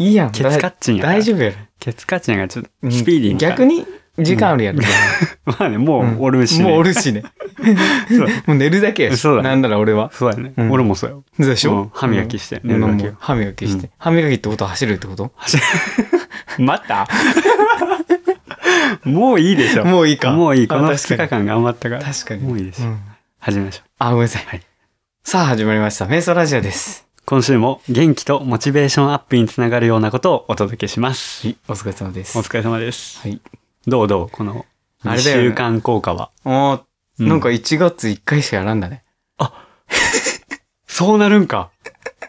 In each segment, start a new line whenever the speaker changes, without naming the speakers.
いいやん。
ケツカッチンやから
大丈夫やろ
ケツカチンがちょっ
う
と
ん
スピーディーに。
逆。に、時間あるやろ。
まあね、もうおるし、ね。
もうおるしね。
そう
もう寝るだけやし。
そうだね
なんなら俺は。
そうやね、
うん
俺もそ うよ。
そうでし
う
ょ
ん歯磨きして
うん
寝るだけ
もう歯磨きして。歯磨きってことは走るってこと
走る待った もういいでしょ。
もういいか
もういい。この
あ
2
確か
日
に
間頑張ったから。
確かに。
もういいです
ん
始めましょう。
あ、ごめんなさい。
はい
さあ、始まりました。瞑想ラジオです。
今週も元気とモチベーションアップにつながるようなことをお届けします。
お疲れ様です。
お疲れ様です。
はい。
どうどうこの
あ
2
れだよね
週間効果は。
おー
う
なんか1月1回しかやらんだね。
そうなるんか。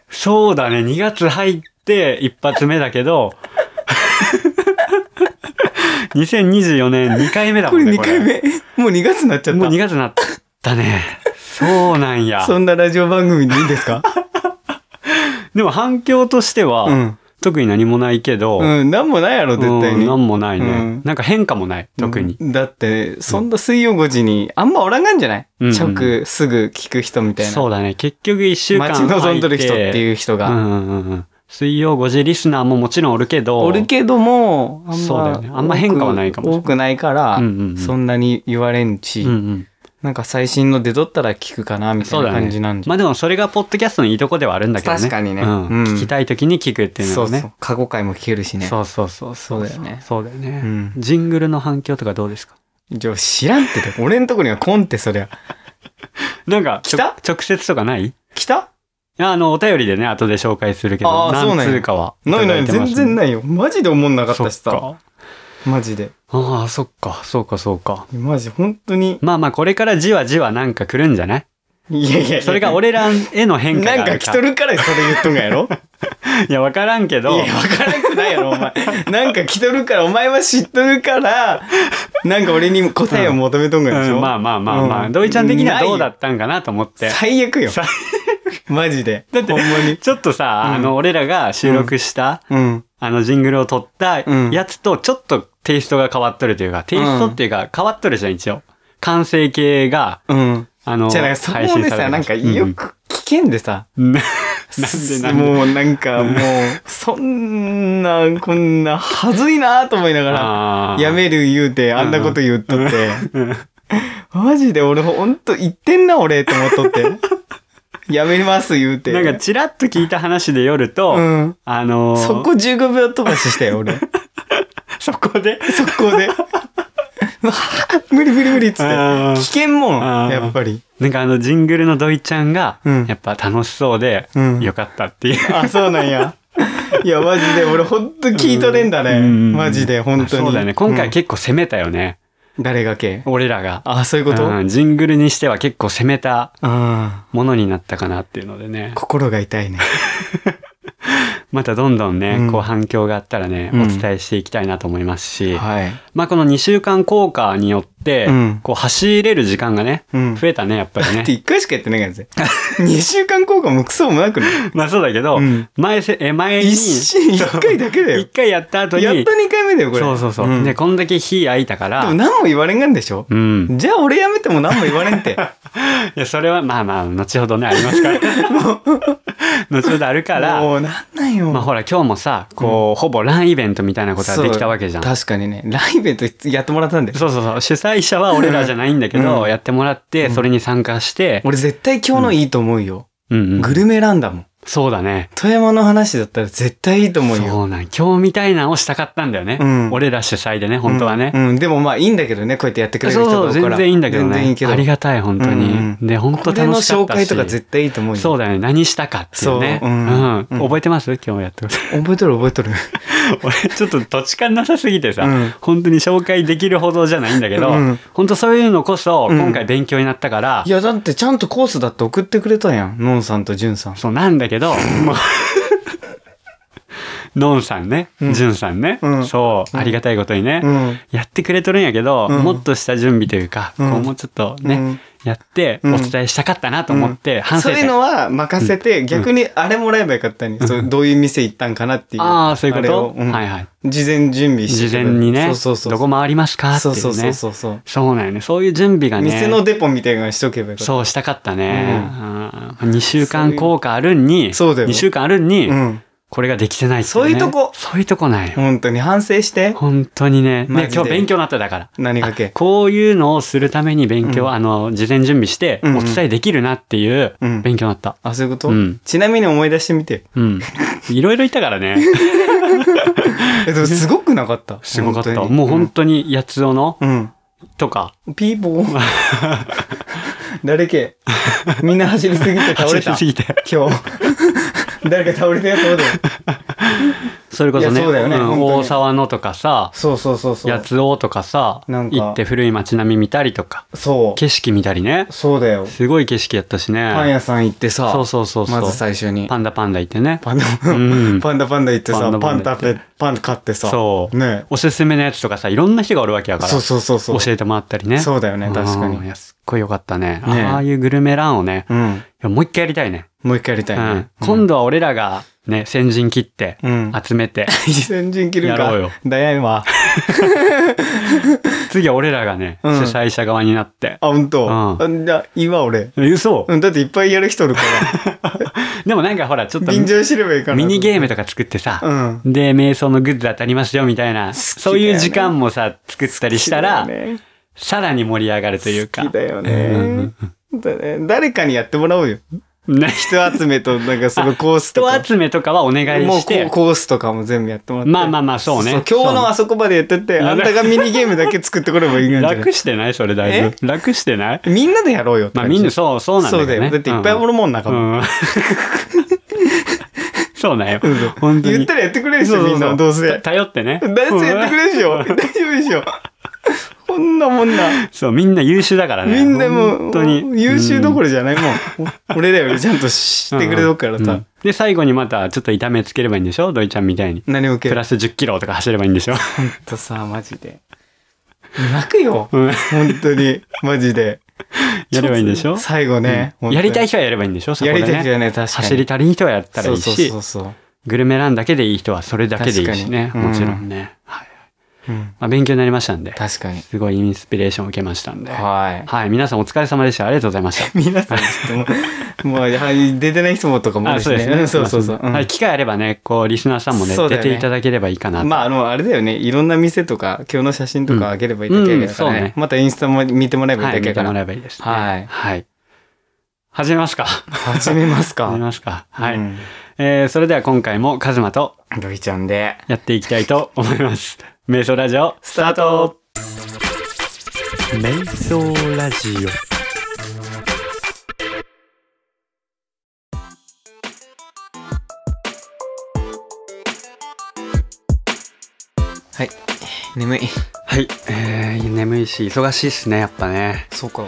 そうだね。2月入って一発目だけど、2024年2回目だ
こ
も
れ
んね。
2回目。 もう2月になっちゃっ
もう2
た。
月になったね。そうなん や。
そんなラジオ番組でいいんです か
でも反響としては、
うん。
特に何もないけど、
うん、なんもないやろ、絶対
うん
に。
何もないね、
うん
なんか変化もない、特に。
だって、そんな水曜5時に、あんまおらんがんじゃない
うん
直、すぐ聞く人みたいな。
そうだね。結局1週間
待ち望んどる人って
う
いう人
か、う
が。
んうんうんうん。水曜5時リスナーももちろんおるけど、
おるけども、あんま、
そうだよねあんま変化はないかもしれない
多くないから、
うんうんうん
そんなに言われんし、
うんうん、
なんか最新の出とったら聞くかな、みた
そ
いうな
だ
感じなん
ね。
じゃ。
まあでもそれがポッドキャストのいいとこではあるんだけどね。
確かにね
うん
うん
聞きたい時に聞くっていうの
そう
はね。
そう。過去回も聞けるしね。
そうそうそうそ
そ
う
うだよね
そうだよね、
うん
ジングルの反響とかどうですか
じゃあ知らんってて、俺んとこにはコンってそりゃ。
なんか、
来た
ちょ直接とかない
来た
いやあの、お便りでね、後で紹介するけど、
あーそう
何
なんや
通かは。
ないない、全然
な
ないよ。マジで思んなかったしさ。
あ
マジで。
あー、そっか、そうか、そうか。
マジ、本当に。
まあまあ、これからじわじわなんか来るんじゃない
いやいやいや
それが俺らへの変化があ
な
る
んか来とるからそれ言っとんがやろ
いや、わからんけ
い
ど、
や、わからんくないやろ、お前。なんか来とるから、お前は知っとるから、なんか俺に答えを求めとんがでし
う
ょ。
んまあまあまあまあ、
うん
土井ちゃん的にはどうだったんかなと思って。
最悪よ。
最
マジで。
だって
ほんまに。
ちょっとさ、
うん
あの、俺らが収録した、
うん。
あの、ジングルを撮った
うん
やつと、ちょっとテイストが変わっとるというか、テイストっていうか、変わっとるじゃん、一応。完成形が、
うん。
あの、
じゃあなんかそ
配
こを
信
ね
され
さ、
た
なんかよく聞けんでさ、
うん なんでなんで
もうなんかもう、そんな、こんな、はずいなと思いながら、
あー
やめる言うて、あんなこと言っとって、マジで俺ほんと言ってんな俺と思っとって、やめます言うて。
なんかチラッと聞いた話でよると、
うん。
あのー
そこ15秒飛ばししたよ、 俺。
そこで
速攻で。う わ無理無理無理っつって。
あー
危険も
あ
ん、
ー
やっぱり。
なんかあのジングルの土井ちゃんが、
うん
やっぱ楽しそうで、
うん
よかったっていう。
あ、そうなんや。いや、マジで、俺、ほんと聞いとれんだね。
うん
マジで、本当に。
そうだよね。今
う
回
ん
結構攻めたよね。
誰がけ
俺らが。
あ、そういうこと
うん、ジングルにしては結構攻めた
ああ、
ものになったかなっていうのでね。
心が痛いね。
またどんどんね、
うん
こう反響があったらね、
うん
お伝えしていきたいなと思いますし、
はい。
まあこの2週間効果によって、
うん
こう走れる時間がね、
うん
増えたね、やっぱり
だ
ね
って。1回しかやってないからぜ。2週 間効果もクソもなくね。
まあそうだけど、
うん
前せ、え、前に、
一瞬1回だけだよ
一。回やった後に、
やっと2回目だよ、これ。
そうそうそう。
ん
で、
で
こんだけ火開いたから、
も何も言われんがんでしょ
うん。
じゃあ俺やめても何も言われんっ て。
いや、それは、まあまあ、後ほどね、ありますから。 後ほどあるから、
もうなんなんよ。
まあほら、今日もさ、こう、ほぼランイベントみたいなことができたわけじゃん。
そう確かにね。ライベントやってもらったんだよ。
そうそうそう。主催者は俺らじゃないんだけど、やってもらって、それに参加して、
俺絶対今日のいいと思うよ。
うんうん
グルメランだもん。
そうだね。
富山の話だったら絶対いいと思うよ。
そうなん。今日みたいなのをしたかったんだよね。
うん
俺ら主催でね、本当はね。
うん、うんでもまあいいんだけどね、こうやってやってくれる
そう
人
そ
が多
う、
いか
全
ら
然いいんだけど
全然いい
ね
け。ど。
ありがたい、本当
うん
に。
うん
で、本
こ
当
れの
楽しか
紹
った
介
し。
とか絶対いいと思うよ。
そうだね。何したかっていうね。
そうううん
ん。覚えてます今日やってます。
覚えとる覚えとる。
俺、 ちょっと土地勘なさすぎてさ
うん、
本当に紹介できるほどじゃないんだけど
うん、
本当そういうのこそ、今回勉強になったから
い、や、だってちゃんとコースだって送ってくれたやん。ノンさんとジュンさん。
そうなんだけど、もうノンさんね、ジュンさんね
う、ん
そう、ありがたいことにね
うん、
やってくれとるんやけど、
うん
もっとした準備というか、こうもうちょっと
う
ね
ん、
やって
うん
お伝えしたかったなと思って、反省
そういう
点。
のは任せて、逆にあれもらえばよかったに、そうどういう店行ったんかなっていう。
ああ、そういうこ
れを
と
うん
はいはい。
事前準備して
事
くれ
前
た
にね
そうそうそ、う。
どこ回りますかって
そう
い
う
ね。
そうそうそうそう。
そうなんよね。そういう準備がね。
店のデポみたいなのにしとけばよかった。
そうしたかったね。
う
2週間効果あるんに、
そうだよ
2週間あるんに
う、ん。
これができてないってね
そういうとこ
そういうとこなんよ。
本当に反省して。
本当にね。
マ
ね、
ジで
今日勉強になっただから。
何がけ。
こういうのをするために勉
う
強、
ん
あの、事前準備して
うんうん
お伝えできるなっていう
うん
勉強になった。
あ、そういうこと、
うん
ちなみに思い出してみて。
うん。いろいろ言ったからね。
え、でもすごくなかった。
すごかった。
本当に
もう本当に、やつおの
うん。
とか。
ピーポー。 誰けみんな走りすぎて倒れた。
走りすぎて。
今日。 誰か倒れたやつおる。
それこそ
い
ね、
やそうだよね
ん
本当に
大沢のとかさ、
そうそうそうそう。
八つ尾とかさ、
なんか
行って古い街並み見たりとか、
そ
景色見たりね
う。。そうだよ。
すごい景色やったしね。
パン屋さん行ってさ。
そうそうそうそう。
まず最初に。
パンダパンダ行ってね。
パンダ、
う ん
パンダパンダ行って
パン
さ、
ダ
パ
パ
ン
ン
ダ
ダ
って、パン買ってさ。
そう。
ね
おすすめのやつとかさ、いろんな人がおるわけやから。
そうそうそうそう。
教えてもらったりね。
そうだよね、確か
うんい
に。
や、すっごいよかったね。
ね
ああいうグルメランをね、
うん。
いやもう一回やりたいね。
もう一回やりた
う
いね
ん。。今度は俺らがね、先陣切って、
うん。
集めて、
先陣切るんか。
やろうよ
だやいわ。
次は俺らがね、主
うん
催者側になって。
あ、ほんと。
う
あじゃあいいわ、俺。
嘘
うん、だっていっぱいやる人おる から。
でもなんかほら、ちょっと
便乗すればいいかな。
ミニゲー
ム。
ムとか作ってさ、
うん。
で、瞑想のグッズ当たりますよみたいな、
きだ
そ
よ
う
ね
いう時間もさ、作ったりしたら、さらに盛り上がるというか。
好きだよ
うん
ね。だね誰かにやってもらおうよ。
ね
人集めと、なんかそのコースとか。
人集めとかはお願い
もう
し
こ
て
う、コースとかも全部やってもらって。
まあまあまあ、そうね。
今日のあそこまでやってって、
そうね
あんたがミニゲームだけ作ってこればいいんじゃ
そう
な
楽
い
してないそれだいぶ。楽してない
みんなでやろうよって
まあ
感
み
じ
んな、そう、そうなんだ
そう
よ
だ
ね。
よ。だっていっぱいおるもん中
う
も。
ん。うん そうなんよ
うんそう。
本当に。
言ったらやってくれるでし
そう
ょ、
そうそう
みんな。どうせ。
た頼ってね。
大丈夫やってくれるでしょ大丈夫でしょ こんなもんな。
そう、みんな優秀だからね。
みんなもう、
本当に。
優秀どこ
ろ
ろじゃないもん。お俺らよりちゃんと知ってくれるから
うんう
さ
ん。で、最後にまたちょっと痛めつければいいんでしょドイちゃんみたいに。
何を受
プ
け
ラス10キロとか走ればいいんでしょ
ほんとさ、マジで。泣くよ。
うん
本当に。マジで。
やればいいんでしょ
最後ね。本当に
やりたい人はやればいいんでしょそこ
や
で、ね、
りたい人はね、確かに。
走り足りん人はやったらいいし、
そうそうそうそう。
グルメランだけでいい人はそれだけでいいしね。
確かに
もちろんね。はい。
うん
まあ、勉強になりましたんで、
確かに。
すごいインスピレーションを受けましたんで。は
はい
い。。皆さんお疲れ様でした。ありがとうございました。
皆さん、ちょっと もう、もうはい出てない人もとかもあ
あ
るし
そうです
ね。う
ね。
んそうそうそう。うん
はい、機会あればね、こう、リスナーさんもね、
そうだ
出
よね
ていただければいいかなと。
まあ、あの、あれだよね。いろんな店とか、今日の写真とかあげればいいだけだから
うんうんそう
ね
ね。
またインスタも見てもらえばいい
はい、
だけ
見て
だか
もら
ら。
えばいいです、ね。
はい
はい。始めますか。
始めます
始め
か。
ますか。はい。
うん
えー、それでは今回も、カズマと
ドイちゃんで。
やっていきたいと思います。 瞑想ラジオ、
スタート
瞑想ラジオ。
はい。眠い。
はい。えー、眠いし、忙しいっすね、やっぱね。
そうか。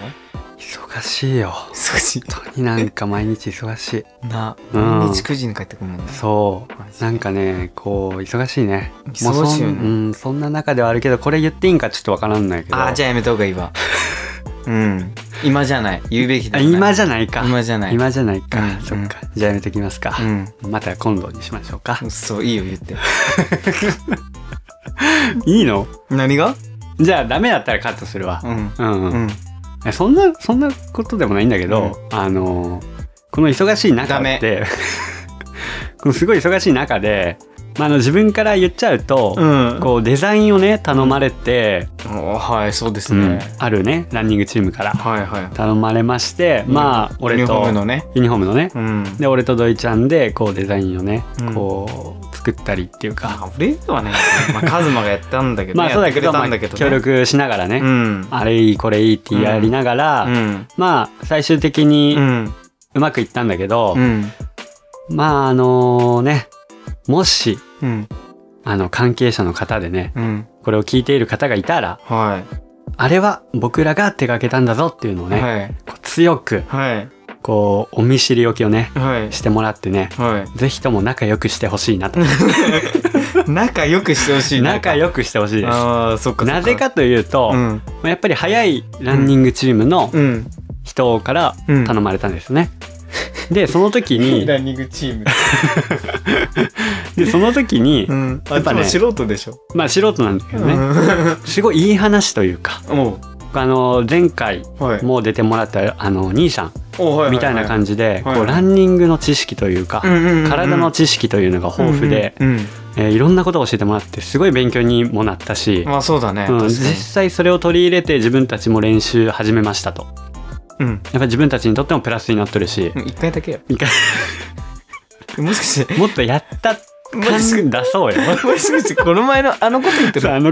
忙しいよ。
忙し
本当になんか毎日忙しい。
い。な。
うん
毎日9時に帰ってくるもんね。
そ
マジ
う。なんかね、こう、忙しいね。もう
忙しいよね
そんうん、そんな中ではあるけど、これ言っていいんかちょっとわからんないけど。
ああ、じゃあやめた方がいいわ。うん。今じゃない。言うべき
あ
だ。
今じゃ
ない。
ないか。
今じゃない
今じゃないか。
うん
そっか。じゃあやめときますか。また今度にしましょうか
う。ん。そう、いいよ、言って。
いいの
何が
じゃあダメだったらカットするわ
う。ん。
うん、うん
うん。
えそんな、そんなことでもないんだけど、あのー、この忙しい中
ダメ
で、 このすごい忙しい中で、まあ、あの自分から言っちゃうと、
うん
こうデザインをね、頼まれて、
おはい、そうです
うん
ね。
あるね、ランニングチームから
はいはい。
頼まれまして、まあ、俺
ユニフォー
と
ム、のね。
ユニフォームのね、
うん。
で、俺と土井ちゃんで、こうデザインをね、
うん
こう、作ったりっていうか、
あ、俺では ね、まあ、カズマがやったんだけど、
ま
ね、
あそうだけど、
や
ま
って
あ
くれたんだけど、ね。
協。力しながらね、
うん。
あれいいこれいいってやりながら、
うん。
まあ最終的に
うん。
うまくいったんだけど、
うん。
まああのねもし
うん。
あの関係者の方でね
うん。
これを聞いている方がいたら
は
あれは僕らが手がけたんだぞっていうのを
い。
ね、
はい。
こう強く
はい。
こうお見知りおきをね
はい。
してもらってね
は
ぜひとも仲良くしてほしいなと
い。仲良くしてほしい。
仲良くしてほしい
く。
です
ああ、そっかそっか。
なぜ。かというと、
う
ま
ん。
あやっぱり早いランニングチームの
うん。
人から
うん
頼まれたんですね、 でその時に
ランニングチーム。
でその時に、
うん。あ、
やっぱね
でも素人でしょ。
まあ素人なんだけどね、
うん。
すごいいい話というか
おう。
あの前回
はい
もう出てもらったあの兄さん
おはい
みたいな感じで
はい
こうランニングの知識というか
うんうんうんうん
体の知識というのが豊富で、
うんうんうん
えーいろんなことを教えてもらってすごい勉強にもなったし、
まあそうだね、
うん、
確
実際それを取り入れて自分たちも練習始めましたとやっ
かに、
ぱり自分たちにとってもプラスになってるし
うん、一回だけよ
一回
もしかして
もっとやった感出そうよ。
もしかしてこの前のあのこと言って
さあ
る
あの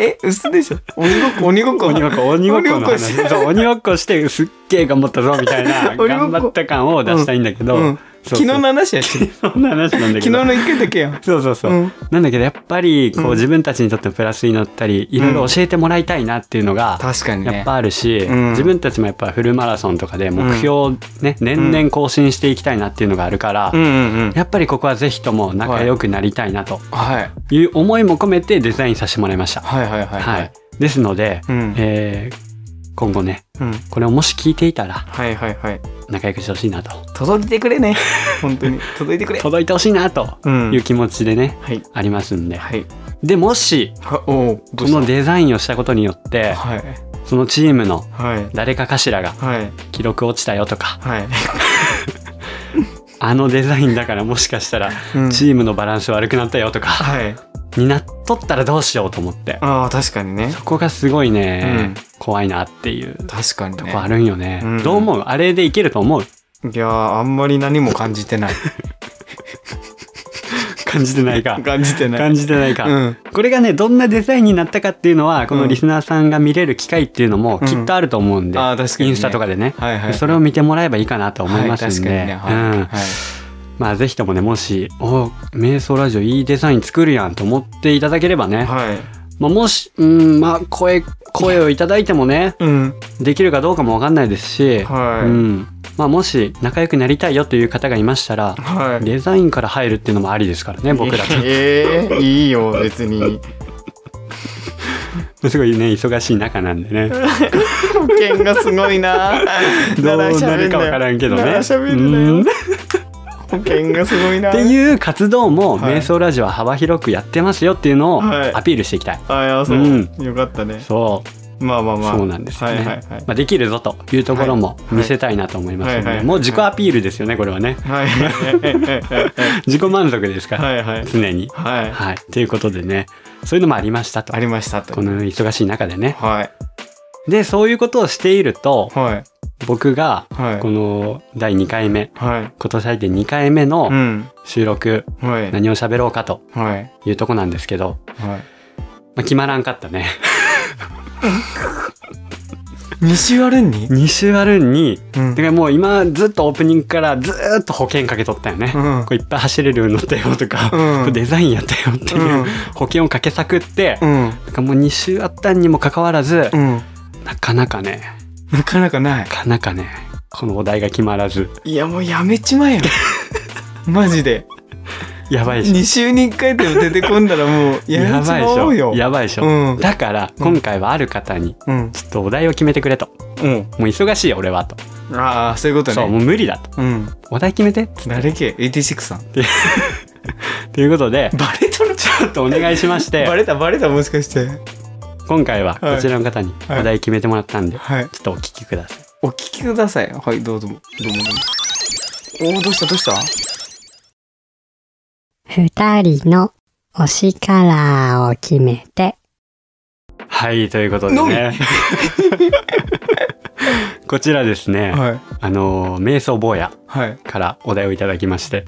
え嘘でしょ鬼ごっこ鬼ごっこ
鬼ごっこ鬼ごっこの
鬼ご
話
っこし
そう鬼ごっこしてすっげえ頑張ったぞみたいな
鬼ごっこ
頑張った感を出したいんだけど、
うん
そうそう
昨日の話や し
そんな話なんだ
昨
け
日
ど
の一回だけやん
そうそうそう、
うん
なんだけどやっぱりこ
うん
う自分たちにとってもプラスになったりいろいろ教えてもらいたいなっていうのが
確かにね
やっぱあるし、
うん
自分たちもやっぱフルマラソンとかで目標をね、年々更新していきたいなっていうのがあるから、
うんうんうん
やっぱりここはぜひとも仲良くなりたいなと
はい
いう思いも込めてデザインさせてもらいました。
はいはいはい
は
はいい、
ですので、
うん
えー今後ね
うん
これをもし聞いていたら
はいはいはい
仲良くしてほしいなと
届いてくれね本当 に届いてくれ
届いてほしいなと
うん
いう気持ちでね、
はい
ありますんで
はい
でもし
はおおど
こ
うした
のデザインをしたことによって
はい
そのチームの
はい
誰かかしらが
はい
記録落ちたよとか
はい
あのデザインだからもしかしたら
うん
チームのバランス悪くなったよとか
はい
になっとったらどうしようと思って
ああ確かにね
そこがすごいね、
うん
怖いなっていう
確かに
と
ね
こあるんよね。
うん
どう思うあれでいけると思う
いやーあんまり何も感じてない
感じてない か
感じてない
感じてないか、
うん
これがねどんなデザインになったかっていうのはこのリスナーさんが見れる機会っていうのも
うん
きっとあると思うんで、
あー確かに
イ
ね
ンスタとかでね、
はいはい
それを見てもらえばいいかなと思います
はい
ん
確
で、
かにねはい
うん
はい
まあぜひともねもし「お瞑想ラジオいいデザイン作るやん」と思っていただければ
は
ね、
い
まあ、もしうんまあ声声をいただいてもね
うん
できるかどうかもわかんないですし、
はい
うんまあ、もし仲良くなりたいよという方がいましたら、
はい
デザインから入るっていうのもありですからね僕らと
えー、いいよ別に
すごいね忙しい中なんでね
保険がすごいな
どうなるかわからんけどね。
なら喋るな
うん
よ
っ
保険がすごいな
て
う
いう活動も
はい
瞑想ラジオは幅広くやってますよっていうのを
はい
アピールしていきたい。
あいやそう、
うん
よかったね
そう、
まあまあまあ
そうなんですよ
は
ね。
いはいはい
まあできるぞというところも見せたいなと思いますの
はい
で、
はい
もう自己アピールですよねこれはね。
はいはい
自己満足ですから、
はいはい
常に。
はい
はい。ということでね、そういうのもありましたと
あ。りましたと
この忙しい中でね。
はい
で、そういうことをしていると、
はい
僕が
はい
この第2回目、
はい
今年入って2回目
う
の
ん
収録、
はい
何を喋ろうかと
はい
いうとこなんですけど、
はい
まあ、決まらんか ったね
2週あるんに
2週あるんに
うん
だからもう今ずっとオープニングからずーっと保険かけとったよね、
うん
これいっぱい走れるようになったよとか、
うん
これデザインやったよっていう、
うん
保険をかけさくって、
うん
なんかもう2週あったにもかかわらず、
うん
なかなかね
なかなかない
なかなかねこのお題が決まらず
いやもうやめち まえよマジで
やばいし
2週に1回でも出てこんだらもうや
や
めち
ばい
ま
でし
お
ょ
うよ
やばいでしょ、
うん
だから今回はある方に
うん
ちょっとお題を決めてくれと
うん
もう忙しいよ俺はと
ああそういうこと
そう
ね
もう無理だと
うん
お題決めてっつって
誰け86さん
というこ とで
バレとる
ちょっとお願いしまして
バレたバレたもしかして
今回はこちらの方に
はい
お題決めてもらったんで、
はい
ちょっとお聞きください。
お聞きくださいはいどうぞどうもどうもおおどうしたどうした
二人の推しカラーを決めて、
はい、ということでね。 こちらですね、
はい
あのー、瞑想坊や
はい
からお題をいただきまして。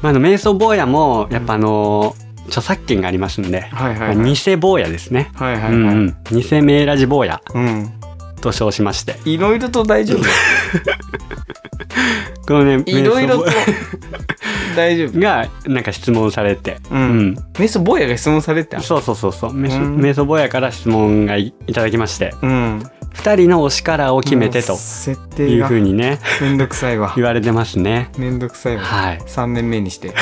まあ、あの、瞑想坊やも、やっぱあのー著作権がありますんで、
はい
ま
は
あ
いはい
偽坊やですね。
はいは
う
い
んう
はい
ん。偽名ラジ坊や
うん
と称しまして。
いろいろと大丈夫
このね、
いろいろと
瞑想
大丈
坊
夫
やが、なんか質問されて。
うんメス坊やが質問されてた
そうそうそうそう。瞑想
うん
瞑想坊やから質問がいいただきまして。
うん
二人の推しカラーを決めてと
もう設
い
定
う
が
ふうにね
めんどくさいわ
言われてますね。
めんどくさいわ
はい、
3年目にして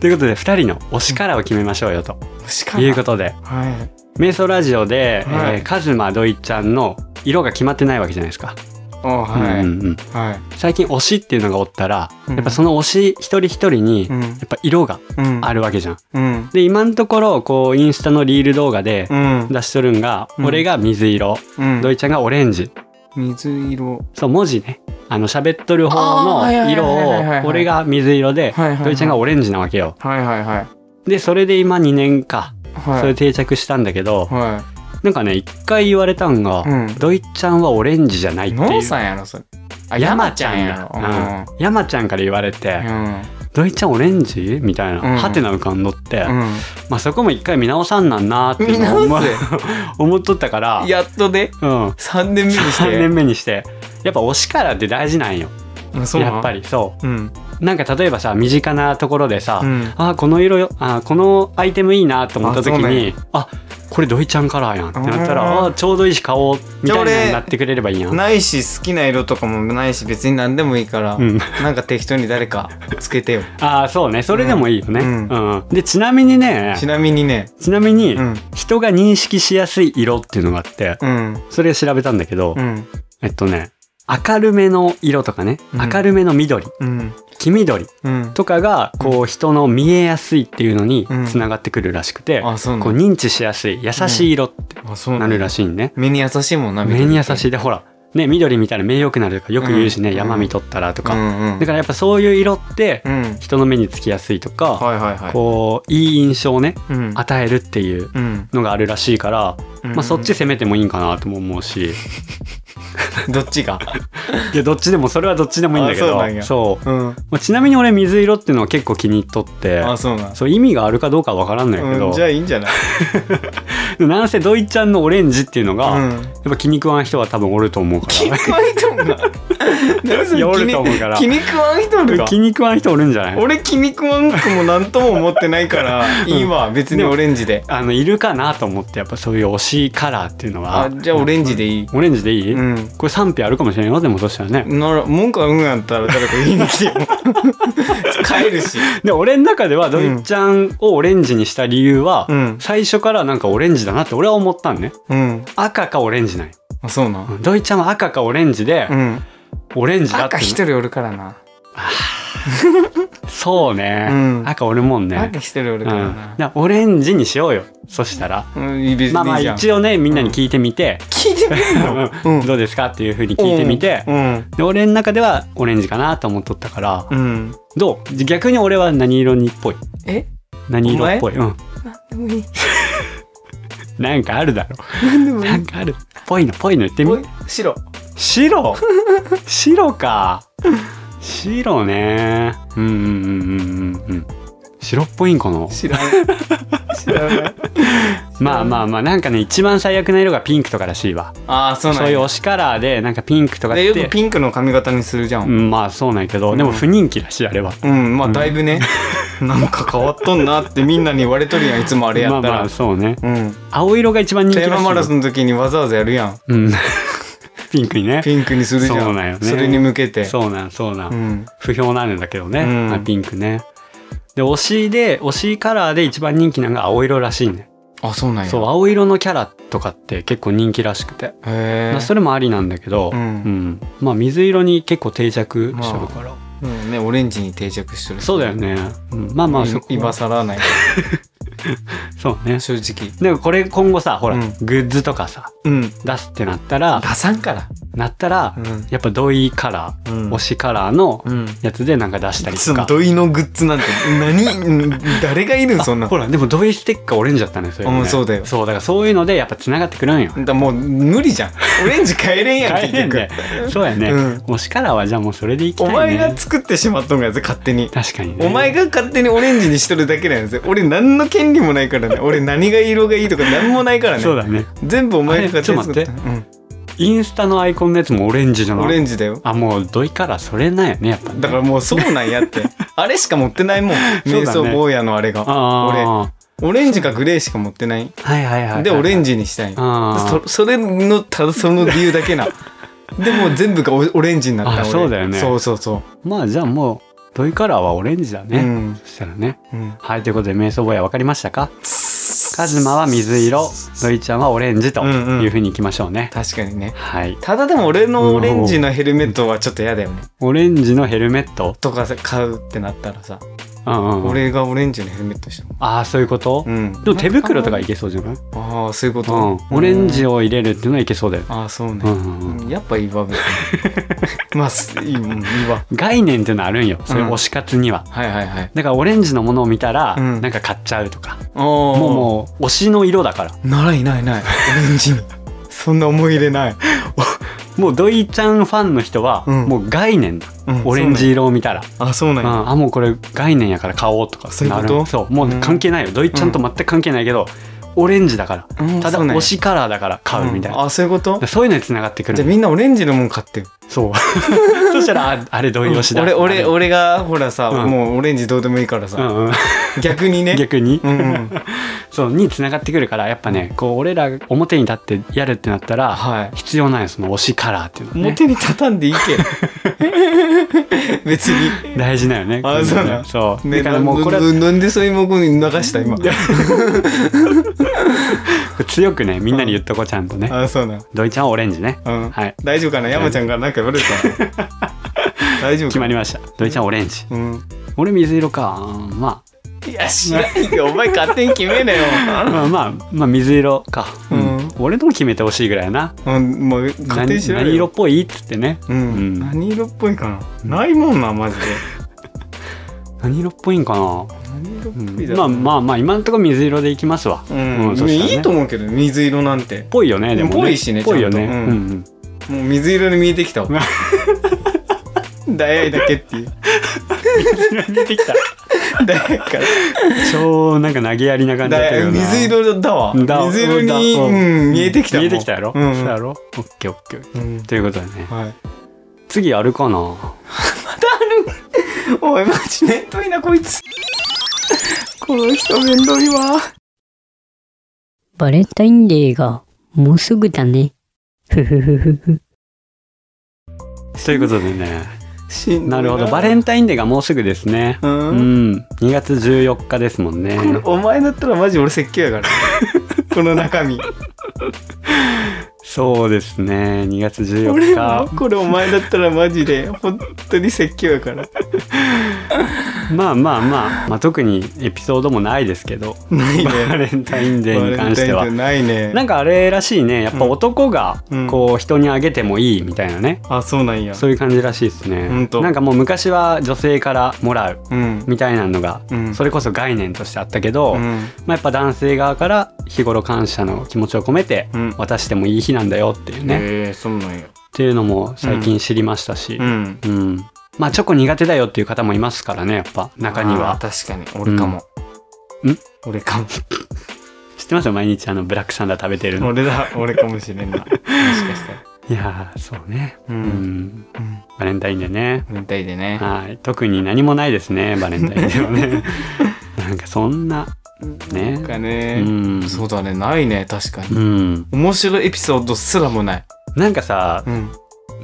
ということで二人の推しカラーを決めましょうよと
しか
いうこととで
はい
瞑想ラジオで、
はい
えーカズマドイちゃんの色が決まってないわけじゃないですか。
あはい、
うんうんうん
はい
最近推しっていうのがおったら、
うん
やっぱその推し一人一人に、
う
や
ん
っぱ色が
うん
あるわけじゃん。
うん
で、今のところ、こう、インスタのリール動画で
うん
出しとるんが、
うん
俺が水色、
うん
ドイちゃんがオレンジ。
水色
そう、文字ね。あの、喋っとる方
あーはいは
の
い
色
はいはいはい
を、俺が水色で
はいはいはい、
ドイちゃんがオレンジなわけよ。
はいはいはい
で、それで今2年か、
はい
それ定着したんだけど、
は
なんかね、一回言われたんが
い、うん
ドイちゃんはオレンジじゃないってい
ノ
う
ー。さんやろそれあ
山
山
ち
ち
ゃ
ゃ
ん
ん
や
や
ろ
ろ。
うん山ちゃんから言われて、
う
ドイちゃんオレンジみたいな、
うん
ハテナ浮かんどって、
んうん
まあそこも一回見直さんなんなーって
見
今思
直
う思っとったから
せ やっとで
うん、
3年目にして
3年目にしてやっぱ推しからって大事なんよ
うんそうなん
やっぱりそ
うん
うなんか例えばさ身近なところでさ、
うん
あーこの色よあーこのアイテムいいなと思った時
あそうなん
にあこれドイちゃんカラーやんってなったら
あー
あーちょうどいいし買おうみ
じ
たい
ゃあ
なに
俺
なってくれればいいやん。
ないし好きな色とかもないし別に何でもいいから、
うん、
なんか適当に誰 かつけてよ
ああそうねそれでもいいよね。う
うんん
でちなみにね
ちなみにね
ちなみに
うん
人が認識しやすい色っていうのがあって
うん
それ調べたんだけど、
うん
えっとね明るめの色とかね
うん
明るめの緑、
うん
黄緑
うん
とかがこう人の見えやすいっていうのにつながってくるらしくて、
あそう
こう
なん
認知しやすい優しい色って
あそう
な
な
る
ん
らしいんね、
目に優しいもんな
目に優
い
しいでほらね緑見たら目良くなるとかよく言うしね、
うん
山見とったらと
う
か、
んうん
だからやっぱそういう色って
うん
人の目につきやすいとか、
はいはいはい
こういい印象をね
うん
与えるっていう
うん
のがあるらしいから、
うん
まあ、そっち攻めてもいいんかなとも思うし、
どっちが
いやどっちでもそれはどっちでもいいんだけど
あそうなんや
そう
うん
まあちなみに俺水色っていうのは結構気に入っとって
あそうなん
そう意味があるかどうかは分からんのやけ
う
ど、
んじゃあいいんじゃない
なんせドイちゃんのオレンジっていうのが、
う
やっ
ん
ぱ気に食わん人は多分おると思うか
気に食わん人もな 何それ
いやお
気
る
に
と思うから
気に食わん人おる
ら
か
気に食わん人おるんじゃない
俺気に食わんくも何とも思ってないから いいわ別にオレンジで
あのいるかなと思ってやっぱそういう推しカラーっていうのは
あじゃあオレンジでいい
オレンジでいい、
うん
これ賛否あるかもしれんよでもそしたらね
なら文句はうんやったら誰か言いに来 てよ帰るし
で俺の中ではドイちゃんをオレンジにした理由は、
うん
最初からなんかオレンジだなって俺は思ったんね
うん
赤かオレンジない
あそうな
ドイちゃんは赤かオレンジで、
うん
オレンジだって
赤一人おるからな
そうね、
うん
赤おるもんね
赤一人お
う
る
ん、
か
だ
ら
か
な
らオレンジにしようよそしたら
うん別にいいじ
ま
ゃ
あ
ん
まあ一応ねみんなに聞いてみて、
聞いてみるのうん
どうですかっていうふうに聞いてみて、
うん
で俺の中ではオレンジかなと思っとったから、
うん
どう逆に俺は何色にっぽい
え
何色っぽい、うん、
なんでもいい
なんかあるだろ
なんでもい
なんかあるぽいのぽいの言ってみ
おい白
白白か白ねうんうんうんうんうんうん白っぽいんかな
知ら ない知らない
まあまあまあなんかね一番最悪な色がピンクとからしいわ
ああそう
そ
な
うんいう
や
推しカラーでなんかピンクとかっ
でよく
て
ピンクの髪型にするじゃ
うんんまあそうなんやけど、でも不人気だしあれは
うんまあだいぶねなんか変わっとんなってみんなに言われとるやんいつもあれやった
まあま
ら
あそうね
うん
青色が一番人気
テー
ら
マ
しい
マラソンの時にわざわざやるやん
うんピンクにね
ピンクにするじゃん
そうなんよね
それに向けて
そうなんそうなん、
うん
不評なんだけどね、
うん
まあピンクねで推しで推しカラーで一番人気なのが青色らしいね
あそうなんや
そう青色のキャラとかって結構人気らしくて、
へ
ま
え
あ、それもありなんだけど、
うん
んまあ水色に結構定着してるから、
うんねオレンジに定着してる
そうだよね、うんまあまあそこは
今更ない
そうね
正直
でもこれ今後さほら、
うん
グッズとかさ
うん
出すってなったら
出さんから
なったら、
うん
やっぱドイカラー、
うん
推しカラーの
うん
やつでなんか出したりと
そ
か
の土井のグッズなんて何うん誰がいるんそんな
ほらでもドイステッカーオレンジだったねそれもね
うんそうだよ
そうだからそういうのでやっぱつながってくるんよ
だもう無理じゃんオレンジ変えれんやん
大
結
変
局
でそうやね、
うん
推しからはじゃあもうそれでいきたい
お
ね
前が作ってしまっとんやつ勝手に
確かにね
お前が勝手にオレンジにしとるだけなんですよ俺何の権利もないからね俺何が色がいいとか何もないからね
そうだね
全部お前が勝手に作
あれ
っ
ち
た
ょっインスタのアイコンのやつもオレンジじゃ
うん
ない
オレンジだよ
あもうドイカラーそれなんやねやっぱね
だからもうそうなんやって あれしか持ってないもん
そう
瞑
だね
想坊やのあれが
あ
オレンジかグレーしか持ってない
あはいはいはいはい
でオレン
ジ
ジにしたい
あー
そそれのただその理由だ けなでもう全部がオオレンジになった
あ
俺
そうだよね
そうそうそ
まあじゃあもうドイカラーはオレンジだ
う、
ね、そしたらね
うん、うん
はいということで瞑想坊や分かりましたか
つ
カズマは水色のいちゃんはオレンジと
うんうん
いうふうにいきましょうね、
確かにね。
はい
ただでも俺のオレンジのヘルメットはちょっと嫌だよね。
オレンジのヘルメット、
とかさ買うってなったらさ、
うんうんうん
俺がオレンジのヘルメットにしたの。
ああそういうこと、
うん。
でも手袋とかいけそうじゃない、
ああ、そういうこ
う
と
ん、。オレンジ
を。
を入れるっていうのはいけそうだよ、
ああ、そう
う
ね。
んうんうん
うんやっぱいいわ、別に。 まあ、すいい、うんいいわ。
概念っていうのあるんよそういう推し活には、
はいはいはい。
だからオレンジのものを見たら、
うん
なんか買っちゃうとか
も
もうもう推しの色だから
う。ないないない。オレンジに。そんな思い入れない。
もうドイちゃんファンの人は、
うん
もう概念だ
うん
オレンジ。色を見たら、
そうなんやあ、そうなん
う
や。
ん、あもうこれ概念やから買おうとか
そういうこと
なるそうもう関係ないよ、ドイちゃんと全く関係ないけどオレンジだから、
うん
た
そ
だ
うなんや
推しカラーだから買うみたいな、
んあ、そういうこと
そういうのに繋がってく
じゃあ
るの
みんなオレンジのもん買ってよ。
そう そしたらああれドイ推しだ
俺、俺、
あれ
俺がほらさ、
うん
もうオレンジどうでもいいから
う
さ、
んうん、
逆にね。
逆に、
うんうん。
そうに繋がってくるからやっぱねこう俺らが表に立ってやるってなったら、
はい。
必要なんよその推しカラーっていうのはね
表に畳んでいけ。 別に。
大事だよね
あ
こいの
そうなの
そう
ね
だからもうこれ
なななんでそういうもこに流した今。
強くねみんなに言っとこうちゃんとね
あ、そうなの。
土井ちゃんはオレンジね
うん。
はい
大丈夫かな山ちゃんからなんか言われるかな大丈夫
決
か
まりました土井ちゃんオレンジ
うん。
俺水色かうんま
いや、知らんよ。お前勝手に決めなよ。
あまあまあまあ水色か、うん
うん
俺のも決めてほしいぐらいやな
うん、もう勝手に
何
しろよ。
何色っぽいっつってね
うん、
うん
何色っぽいかな、
うん
ないもんな、マジで。
何色っぽいんかな、
何色っ
うん
ぽいだ
ま
ろ
あ
う、
まあまあ今のところ水色でいきますわ
うん、
そしたらね
いいと思うけど、水色なんて。
ぽいよねでもね
ぽいしね
ぽいよね
ちゃんとう
う
ん
うん
もう水色に見えてき たわ。だいだけっていう。
出てきた
だいか
超なんか投げやりな感じだったけど
ら。
な
水色だわ。
だ
水色
だ
に、うん、見えてきたもん
見えてきたやろ、
う
そうや
ん。
ろオッケーオッケー
うん
ということでね
はい。
次あるかな
おい、マジめんどいな、こいつ。この人めんどいわ。
バレンタインデーがもうすぐだね。ふふふふふ。
ということでね
しんどい
なるほどバレンタインデーがもうすぐですね
う。
うんん2月14日ですもんね
これお前だったらマジ俺説教 やから。この中身。
そうですね2月
俺
14
も
日
これお前だったらマジで本当に説教やから
まあまあまあ、まあ、特にエピソードもないですけど
ない
バ
ね
レンタインデーに関して
バ
は
レンタインデーないね
なんかあれらしいねやっぱ男が
うん
こう人にあげてもいいみたいなね
あそうなんや
そういう感じらしいですね
ほんと
なんかもう昔は女性からもらう
うん
みたいなのが、
うん
それこそ概念としてあったけど、
うん
まあ、やっぱ男性側から日頃感謝の気持ちを込めて
うん
渡してもいい日なんだよっていうね、っ
へえそうなんや
ていうのも最近知りましたし、
う
うん
ん
まあチョコ苦手だよっていう方もいますからねやっぱ中に
あ
は
ー確かに俺かも
うんん
俺かも
知ってますよ毎日あのブラックサンダー食べてるの
俺だ俺かもし れんなもしかしたら
いやーそうね
う
うん、
んうん
バレンタインデーね
全体でね
はい特に何もないですねバレンタインデー はねなんかそんなね
なんか
う
ね
ん
そうだねないね確かに
うん、
面白いエピソードすらもない
なんかさ
うん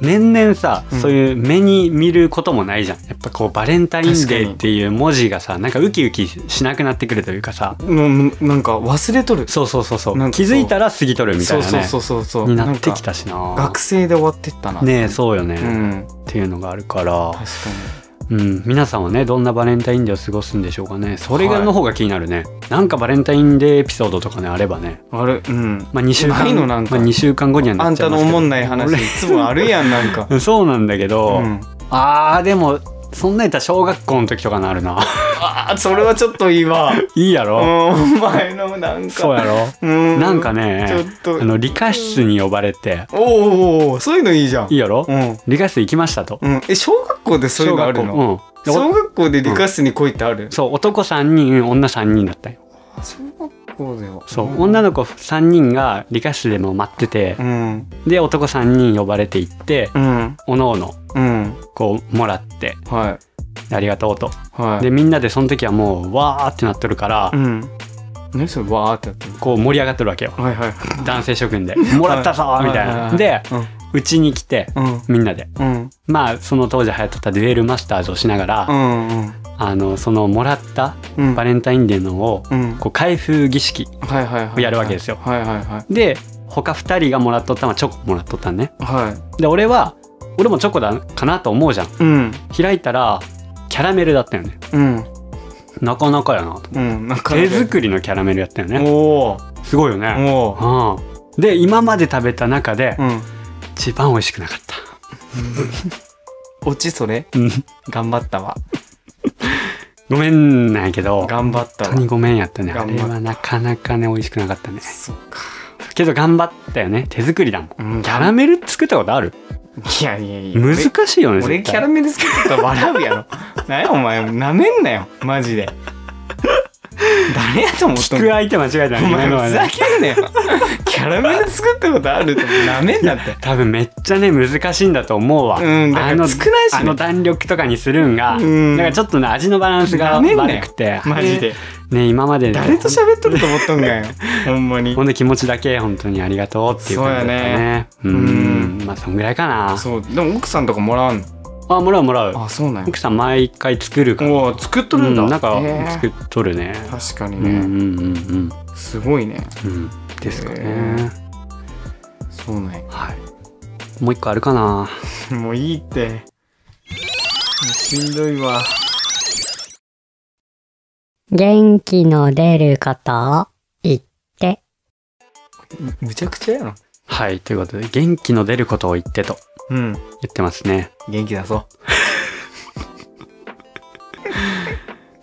年々さ、
うん
そういう目に見ることもないじゃんやっぱこうバレンタインデ
確か
ー
に
っていう文字がさなんかウキウキしなくなってくるというかさ
うんなんか忘れとる
そうそうそうそう
なんか
気
そう
づいたら過ぎとるみたい
そう
なね
そうそうそうそう
になってき
んか
たしな
学生で終わってったな
ねえそうよね、
う
っ
ん
ていうのがあるから、
確か
うん、皆さんはねどんなバレンタインデーを過ごすんでしょうかねそれが
はい
の方が気になるね、なんかバレンタインデーエピソードとかねあればね
にあれうん
まあ2週間
ないのなんか
まあ、2週間後には
あ
なっ
ん
ち
た
ゃいま
の
す
お
けど
もんない話いつもあるやんなんか
俺そうなんだけど、
うん
あーでもそんなんやったら小学校の時とかなるな
あーそれはちょっといいわ
いいや
うん
ろ、
お前のなんか
そうやろ
うん
なんか
ちょ
ね、
っと
あの理科室に呼ばれて、
おーおーおーそういうのいいじゃん
いいやろ、
うん
理科室行きましたと。
うんえ小学校でそういうのあるの
小
小
学校うんでお
学校で理科室に来いってある
そう、男3人、女3人だったよ。
あ小学校では
そう、
ん
女の子3人が理科室でも待ってて
う、ん
で、男3人呼ばれて行って、
うん
おのおの、
うん
こう、もらって、
はい
ありがとうと。
はい
で、みんなでその時はもう、わーってなっとるから
う、ん何それわーってやってる
こう盛り上がってるわけよ。
はいはい
男性諸君で。もらったぞーみたいな。で、うちに来て、
うん
みんなで。
うん
まあ、その当時流行ってたデュエルマスターズをしながら、
うんうん
あのそのもらった
うん
バレンタインデーのを
うん
こう開封儀式
はいはいはい
やるわけですよ
はいはいはい
で他2人がもらっとったのはチョコもらっとったんね
はい
で俺は俺もチョコだかなと思うじゃん
うん
開いたらキャラメルだったよね
うん
なかなかやなと
うんなんか
手作りのキャラメルやったよね
おー
すごいよね
おー
うんで今まで食べた中で
うん
一番美味しくなかった
オチそれ
うん
頑張ったわ
ごめんなんやけど
頑張った
本当に
わ
ごめんやったねあ
頑張っ
れ
た
はなかなかね美味しくなかったね
そうか
けど頑張ったよね手作りだもん
うん
キャラメル作ったことある
いやいやいや
難しいよね
俺俺
絶
キャ
対
ラメル作ってたら笑うやろなんやお前なめんなよマジで誰やと思っと
聞
ん
く
の
相手間違えた
お
ね今の
前
は
ふざ
ね
けんなよキャラメル作ったことあるってなめんなって
多分めっちゃね難しいんだと思うわ、
うんだから
あの
少ないしね
あの弾力とかにするんが、
うん
なんかちょっとね味のバランスが
なめんなよ
悪くて
マジで
ね今までね
誰と喋っとると思っとんがよほんまに
ほんと気持ちだけ本当にありがとうっていう感じだった
う
ね
やね
うんまあそんぐらいかな
そうでも奥さんとかもらわんの
あもらうもらう
あそうなんや
奥さん毎回作るから
おお作っとるんだ、
うんなんか
へー
作っとるね、
確かに
うんうん
ね、
うんうん
すごいね
うんですかね、
へそうなんや
はいもう一個あるかな
もういいってもうしんどいわ
元気の出ることを言って。
むちゃくちゃやろ
はいということで元気の出ることを言ってと
うん
言ってますね
元気出そ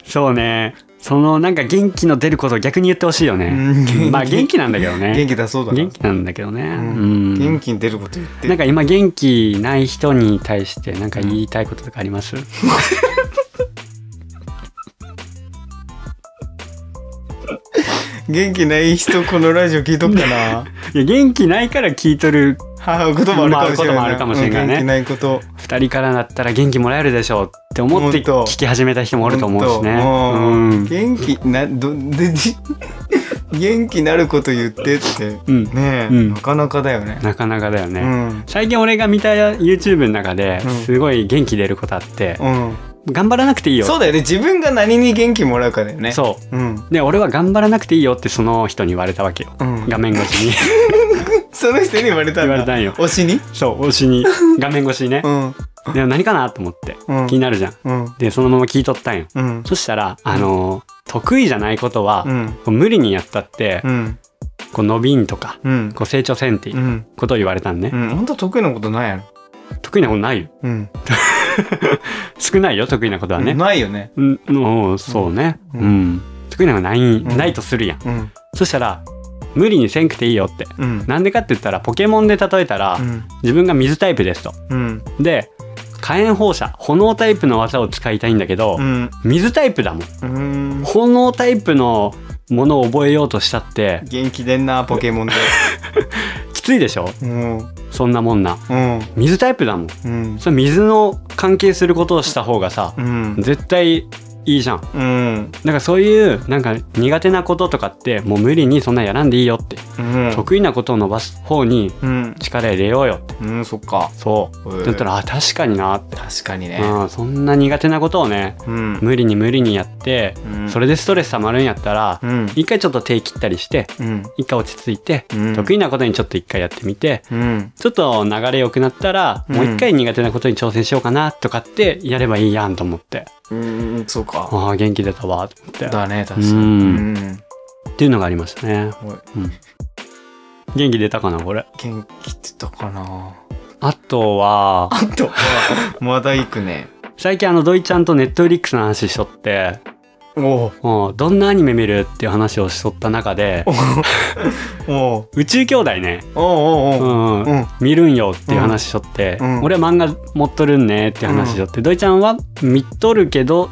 そうねそのなんか元気の出ることを逆に言ってほしいよ
う、
ね、
うん
まあ元気なんだけど
元
ね
気出そうだな
元気なんだけどね、う
うん
ん
元気に出ること言って
なんか今元気ない人に対してなんか言いたいこととかあります、
元気ない人このラジオ聞いとくか な
いや元気ないから聞いとる
母言葉あるかもしれない,、
まあ言葉あるかもしれないね
元気ないこと
2人からだったら元気もらえるでしょうって思って
本当
聞き始めた人もおると思うしね。
本当うん
う
元気など でじ元気なること言ってって
ん、うん
ねえ、
うん
なかなかだよね。
なかなかだよね。
うん
最近俺が見た YouTube の中で
うん
すごい元気出ることあって、
うん、
頑張らなくていいよ
そうだよね自分が何に元気もらうかだよね。、
そう
ん
うで俺は頑張らなくていいよってその人に言われたわけよ
うん、
画面越 しに
その人に言われたん
言われ
だ
たんよ
推しに、
そう推しに画面越しにね
う、ん
で何かなと思って
うん
気になるじゃん
うん
でそのまま聞いとったんよ
うん
そしたらあのー得意じゃないことは、
うん
こう無理にやったって、
うん
こう伸びんとか
うん
こう成長せんっていう
うん
ことを言われたんね、
うん本当得意なことないやろ。
得意なことないよ
うん
少ないよ得意なことはね、
ないよね。
うん、うんそうねう、
うんん
得意なのがない、
ん
ないとするやん
うん
そしたら無理にせんくていいよって
うん
なんでかって言ったらポケモンで例えたら、
うん
自分が水タイプですと
うん
で火炎放射炎タイプの技を使いたいんだけど、
うん
水タイプだもん
うん
炎タイプのものを覚えようとしたって
元気でんなポケモンで。
きついでしょ
うん
そんなもんな
うん
水タイプだもん
うん
それ水の関係することをした方がさ、
うん
絶対いいじゃん
うん
なんかそういうなんか苦手なこととかってもう無理にそんなやらんでいいよって、
うん
得意なことを伸ばす方に
うん
力入れようよって
うんそっか
そう、
へえ
だったらあ確かになって、
確かにね
うん、そんな苦手なことをね
うん
無理に無理にやって、
うん
それでストレス溜まるんやったら、
うん
一回ちょっと手切ったりして
うん
一回落ち着いて、
うん
得意なことにちょっと一回やってみて
うん
ちょっと流れ良くなったら、
うん
もう一回苦手なことに挑戦しようかなとかってやればいいやんと思って
うんそうか
ああ元気出たわと思って
だね確かに
うん
うん
っていうのがありましたね
おい
元気出たかなこれ
元気ってたかな
あとは
あとはまだ行くね
最近あの土井ちゃんとネットフリックスの話しとって
おう
うんどんなアニメ見るっていう話をしとった中で
おう
宇宙兄弟ね、
おうおう
う
おうんうん
見るんよっていう話しとって、
うんうん
俺は漫画持っとるんねっていう話しとって、土井ちゃんは見とるけど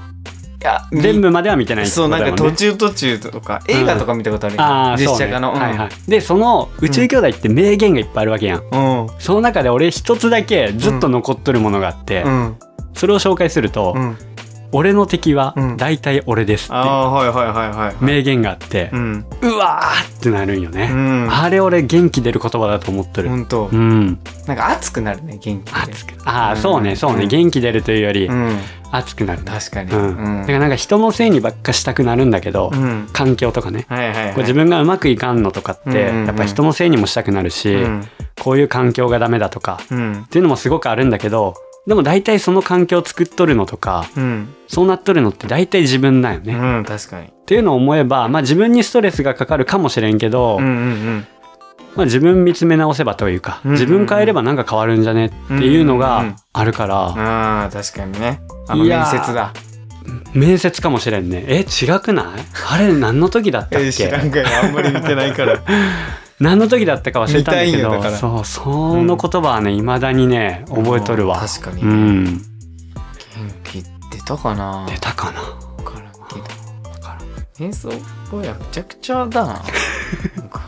いや
全部までは見てないって
そ
こ
う
と
なん
だ
か
も
途
ね
中途中とか映画とか見たことある
あ
よ
あ
実
そう、
写
ね、
化のうん
はいはい、でその宇宙兄弟って名言がいっぱいあるわけやん、
うん
その中で俺一つだけずっと残っとるものがあって、
うん
それを紹介すると、
うん
俺の敵は
うん
大体俺ですって
ああ、はいはいはいはい。
名言があって
う、ん。
うわーってなるんよ
う
ね、
ん。
あれ俺元気出る言葉だと思ってる
ほんと
う。ん
なんか熱くなるね、元気で。
熱くああ
うん
そうねそうね、
うん
元気出るというより
うん。
熱くなる、
確かに。
う
うん
だ
ん。
からなんか人のせいにばっかしたくなるんだけど、
うん。
環境とかね
はいはいはい。
こう自分がうまくいかんのとかっ
う
て、
んうんうん
やっぱ人のせいにもしたくなるし、こういう環境がダメだとか
うん。うん
っ。ていうのもすごくあるんだけどでも大体その環境を作っとるのとか
うん。
そうなっとるのって大体自分なんよね、っ
うん、確かに。
ていうのを思えば、まあ、自分にストレスがかかるかもしれんけど、
うんうん
まあ、自分見つめ直せばというか、
うんうんうん
自分変えればなんか変わるんじゃねっていうのがあるから、
うん。ああ、確かにね。あの
いや
面
ー
接だ。
面接かもしれんねえ違くないあれ何の時だったっ
えー、知ら
け
んかよ。あんまり見てないから。
何の時だったか忘れたんだけ
見たいんよ
ど
だから
そうその言葉はねいまだにね 覚えとるわ、
確かに。
う
元
ん
気出たかな
出たかな
わからんけど。
わからんい
演奏っぽいはめちゃくちゃだな。 なんか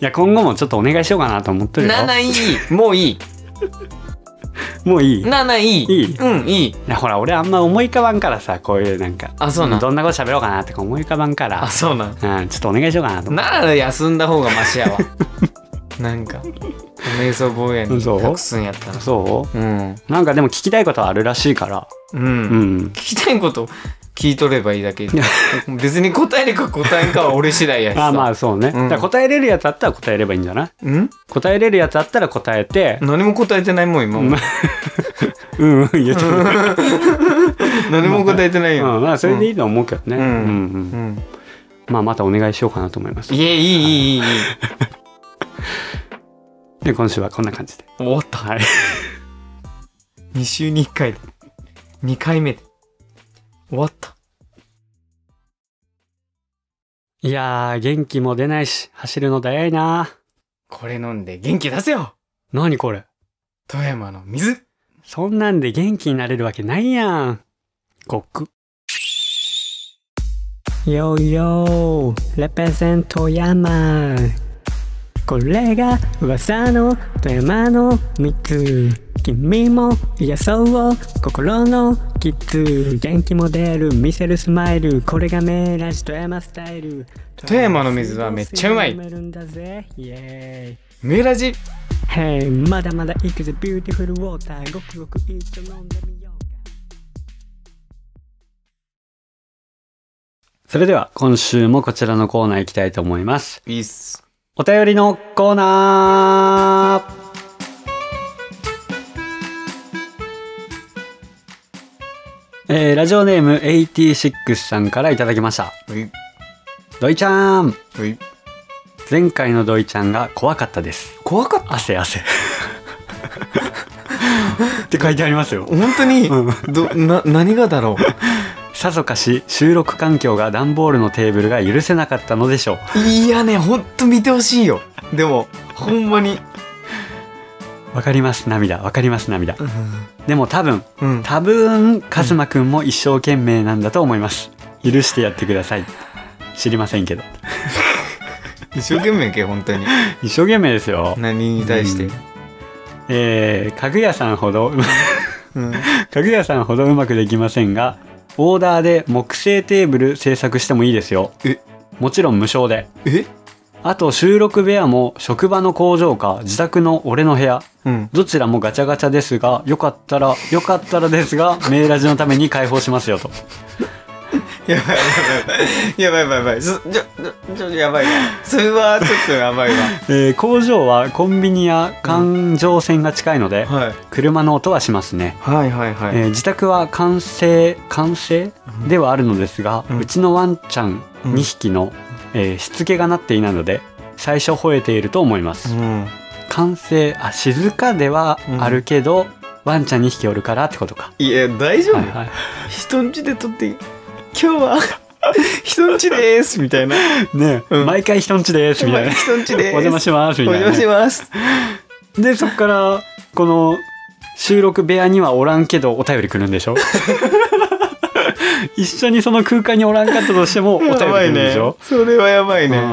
や今後もちょっとお願いしようかなと思ってるよ
7いいもういい
もういいい
7いい
いい
うんいい
やほら俺あんま思い浮かばんからさこういうなんか
あそうなん
どんなこと喋ろうかなってか思い浮かばんから
あそうなん
うん、ちょっとお願いしようかなと思っ
なら休んだ方がマシやわ なんかお瞑想坊やに
そう
託すんやったら
てそ
うん
うなんかでも聞きたいことはあるらしいから
うん、
うん
聞きたいこと聞いとればいいだけで別に答えるか答えんかは俺次第やしさ
あまあそうね、
うん
だから答えれるやつあったら答えればいいんじゃない
うん
答えれるやつあったら答えて、
何も答えてないもん今、
うんうん、うん、言うと る、
何も答えてないよ、
うん、まあそれでいいと思うけどね、う
うんん
うん
うん、
まあまたお願いしようかなと思います
いえいいいいいいいい
で今週はこんな感じで
終わった
はい
2週に1回で2回目で終わった
いやー元気も出ないし走るの早いな
これ飲んで元気出せよ
何これ
富山の水
そんなんで元気になれるわけないやんごっくよーよーレペゼント山これが噂の富山の蜜君も癒そう心のキッズ元気も出る見せるスマイルこれがメラジ富山スタイル
富山の水はめっちゃうまい
飲めるんだぜイエーイ
メラジ
Hey, まだまだ行くぜ、ビューティフルウォーター。ごくごく一丁飲んでみようか。それでは、今週もこちらのコーナー行きたいと思います。
いいっす
お便りのコーナーえー、ラジオネーム86さんからいただきました。
ほい
ドイちゃん
ほい
前回のドイちゃんが怖かったです。
怖かった
汗汗って書いてありますよ
本当にどな何がだろ
さぞかし収録環境が段ボールのテーブルが許せなかったのでしょう
ういやね本当見てほしいよでもほんまに
わかります涙わかります涙
う
でも多分
ん、うん、
多分カズマくんも一生懸命なんだと思います許してやってください知りませんけど
一生懸命やけ本当に
一生懸命ですよ、
何に対して
えー、かぐやさんほど
うん
かぐやさんほどうまくできませんがオーダーで木製テーブル制作してもいいですよ
え
もちろん無償で
え
あと収録部屋も職場の工場か自宅の俺の部屋
うん
どちらもガチャガチャですがよかったらよかったらですがメイラジのために開放しますよと
やばいやばいやばいやばいやばいそちょちょちょやばいなそれはちょっとやばいわ
えー工場はコンビニや環状線が近いので、
はい
車の音はしますね、
はいはいはい、
えー自宅は完成完成ではあるのですが、う
うん
ちのワンちゃん
うん
2匹の、えーしつけがなっていないので最初吠えていると思います、
うん
完成あ静かではあるけど、ワンちゃん2匹おるからってことか、
いや大丈夫、
はいはい
人んちで撮って今日 は人んちでーすみたいな
ね、
うん
毎回人んちですみたいな。
人んち
お
でーす
邪魔します
お
みたいな
邪魔
ね、
します
でそこからこの収録部屋にはおらんけどお便り来るんでし ょ一緒にその空間におらんかったとしてもお便り
やば
来る
い
んで
ね
しょ、
それはやばいね
あー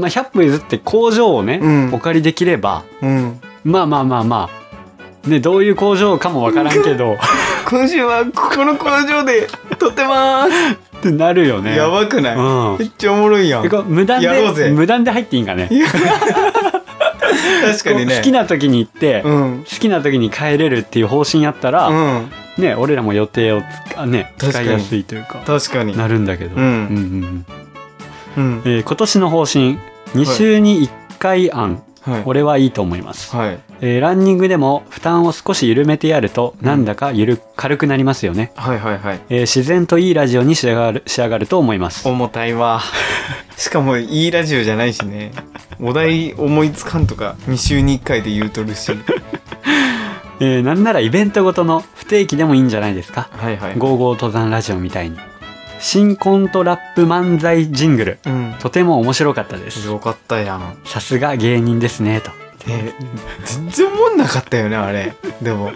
まあ100歩譲って工場をね、
うん
お借りできれば
うん
まあまあまあまあねどういう工場かもわからんけど
今週はこの工場で撮ってまー
ってなるよ
す、
ね
やばくない、
うん
めっちゃおもろいやん
えこ
確
れ無断
やろう
で
ぜ
無断で入っていいんかね
かに
こう
ね
好きな時に行って、
うん
好きな時に帰れるっていう方針あったら、
うん
ね俺らも予定をつかね
確か
使
に
いやすいというか
確かに
なるんだけど、
うん
うんうんう
う
ん
ん
えー今年の方針2週に1回案、
はい
俺はいいと思います、
はい
えーランニングでも負担を少し緩めてやるとなんだかゆる軽くなりますよね、
はいはいはい
えー自然といいラジオに仕上がる仕上がると思います
重たいわ しかもいいラジオじゃないしねお題思いつかんとか2週に1回で言うとるし
えーなんならイベントごとの不定期でもいいんじゃないですか
はいはい
ゴーゴー登山ラジオみたいに新コントラップ漫才ジングル
うん
とても面白かったです
よかったやん、
さすが芸人ですねと、
ね、全然おもんなかったよねあれでも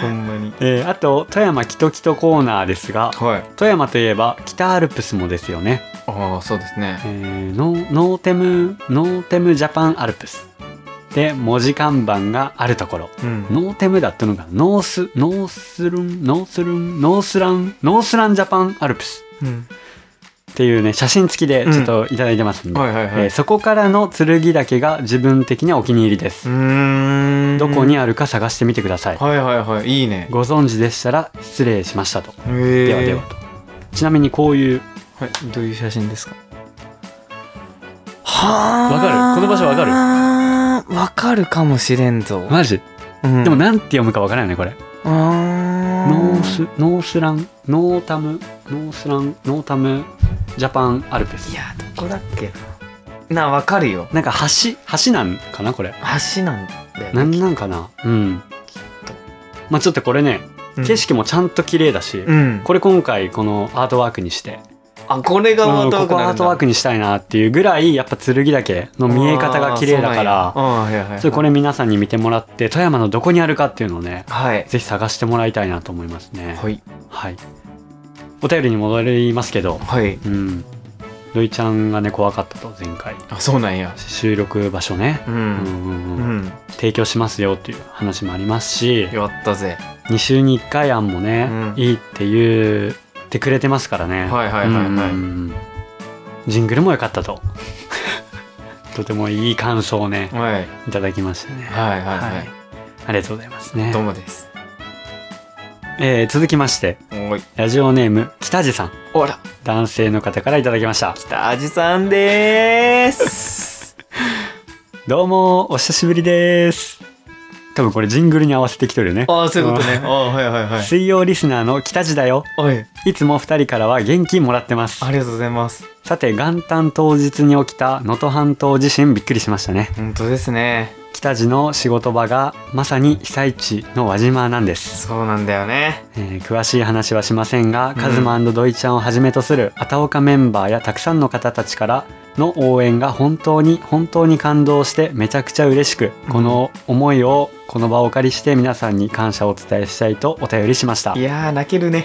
ほんまに
えーあと富山キトキトコーナーですが
はい
富山といえば北アルプスもですよね、
ああそうですね
えーノーノーテムノーテムジャパンアルプスで文字看板があるところ
うん
ノーテムだったのがノースノースルンノースルンノースランノースランジャパンアルプス
うん
っていうね写真付きでちょっといただいてますんで、
はいはいはい
えーそこからの剣岳が自分的にはお気に入りで
う
す、
ーん
どこにあるか探してみてください、
はいはいはいいいね
ご存知でしたら失礼しましたと、
へ
ではでは
え
とちなみにこういう
はいどういう写真ですか
あ
は
わかるこの場所わかる
るわかるかもしれんぞ、
マジ、
うん
でもなんて読むかわからないねこれ、
あ
ノースノースランノータムノースランノータムジャパンアルプス
いやどこだっけななわかるよ
なんか橋橋なんかなこれ
橋なんだよね
なんなんかなうん
と
まあちょっとこれね景色もちゃんと綺麗だし、
うん
これ今回このアートワークにして
あこれがア
うん
ートワーク
ここ
なん
アー
だ
トワークにしたいなっていうぐらいやっぱ剣岳の見え方が綺麗だから
あーそうなん
ちょ
やあーはいはいはい
っとこれ皆さんに見てもらって富山のどこにあるかっていうのをね
はい
ぜひ探してもらいたいなと思いますねはい、
はい
お便りに戻りますけど
はい
うん土井ちゃんがね怖かったと前回
あそうなんや
収録場所ね、
う
うん
ん
うん
う
うん
ん
提供しますよっていう話もありますし
やったぜ
2週に1回案もね、
うん
いいって言ってくれてますからね
はいはいはいはい
うんジングルも良かったと とてもいい感想をね
はい
いただきましたね
はいはいはい
ありがとうございますね
どう、もです
えー続きまして
おい
ラジオネーム北地さん
ほら
男性の方からいただきました
北味さんでー す
どうもお久しぶりです多分これジングルに合わせてきとるよね
ああそういうことねああはいはいはい
水曜リスナーの北地だよ
おい
いつも2人からは元気もらってます
ありがとうございます
さて元旦当日に起きた能登半島地震びっくりしましたね
本当ですね
北地の仕事場がまさに被災地の輪島なんです、
そうなんだよね
えー詳しい話はしませんが、
うん
カズマドイちゃんをはじめとするアタオカメンバーやたくさんの方たちからの応援が本当に本当に感動してめちゃくちゃ嬉しく
うん
この思いをこの場をお借りして皆さんに感謝をお伝えしたいとお便りしました
いやー泣けるね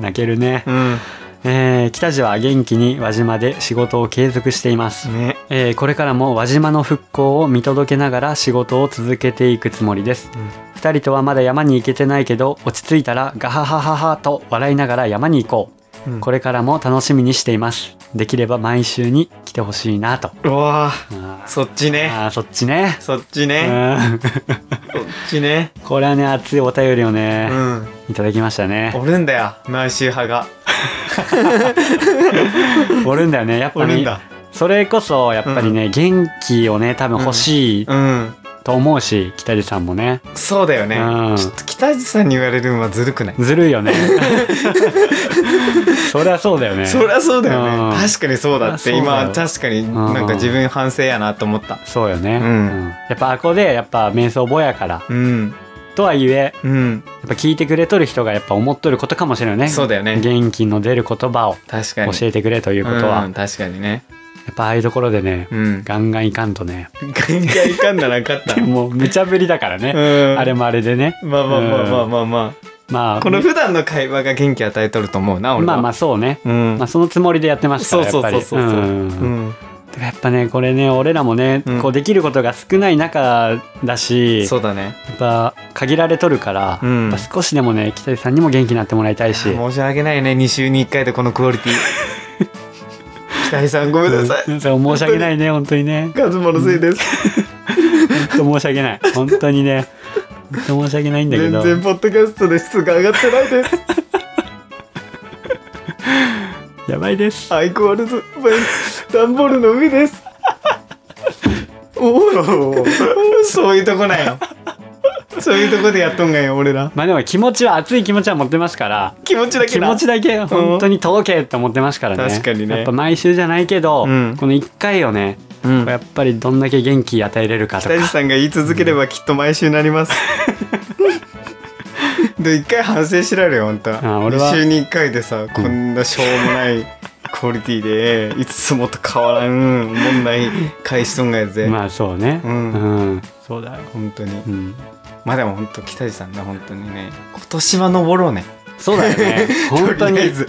泣けるね、
うん
えー北地は元気に輪島で仕事を継続しています、
ね
えーこれからも輪島の復興を見届けながら仕事を続けていくつもりです、
うん
二人とはまだ山に行けてないけど落ち着いたらガハハハハと笑いながら山に行こうこ
れ
れからも楽しみにしていますできれば毎週に来てほしいなと
うわ
あ
ー
ー
そっちね
あーそっちね
そっちねそっちね
うん これはね熱いお便りを
う
ね、
ん
いただきましたね
おるんだよ毎週派が
おるんだよねやっ
お
ぱ
るん
り
だ
それこそやっぱりね、元気をね多分欲しい
うん
と思うし、北地さんもね
そうだよね
うん
ちょっと北地さんに言われるのはずるくない
ずるいよね。 そりゃそうだよね。
そりゃそうだよ
うん
ね確かにそうだっ
そ
て
りゃそうだよ
今確かになんか自分反省やなと思った
そうよね、
うん
うんやっぱあこでやっぱ瞑想ぼやから
うん
とはいえやっ
うん
ぱ聞いてくれとる人がやっぱ思っとることかもしれないね
そうだよね
元気の出る言葉を
確かに
教えてくれということは、
うん
や
確かにね
っぱああいうところでね、
うん
ガンガンいかんとね
限界 いかんなら勝 ったな
もう無茶ぶりだからね、
うん
あれもあれでね
まあまあまあまあまあま
まあ
あこの普段の会話が元気与えとると思うな俺
ま
は
あまあそうね、
うん
まあ、そのつもりでやっぱりてますか
そう
らや
そうそうそうそう
っぱりうん
うん
だからやっぱねこれね俺らもね、
うん
こうできることが少ない中だし
そうだね。
やっぱ限られとるから、
うん
やっぱ少しでもね北出さんにも元気になってもらいたいし
申し訳ないね、2週に1回でこのクオ リティ。北井さん、ごめんなさい。
うんそれ申し訳ないね本当にね
カズマのせいです。
本当申し訳ない本当にね本当申し訳ないんだけ
全
ど
然、ポッドキャストの質が上がってない です。
やばいです
アイコールズ、ダンボールの海 です。おお、そういうとこなんよ。そういうとこでやっとんがよ、俺ら。
まあでも気持ちは熱い気持ちは持ってますから
気持ちだけ
気
な
持ちだけ本当に届けって思ってますからね
確かにね
やっぱ毎週じゃないけど、
うん
この1回をね
うん
やっぱりどんだけ元気与えれるかと
北地
か
さんが言い続ければきっと毎週なり ます。で一回反省しられよ、本当。
あ俺は
2週に1回でさ、こんなしょうもないクオリティで、いつもと変わらん、おもんない返しとんがやぜ。
まあそうね
うん
んそうだよ、
本当に
う。ん、
まあでも本当北地さんね、本当にね、今年は登ろうね。
そうだよね本 当
とり
に
あえず。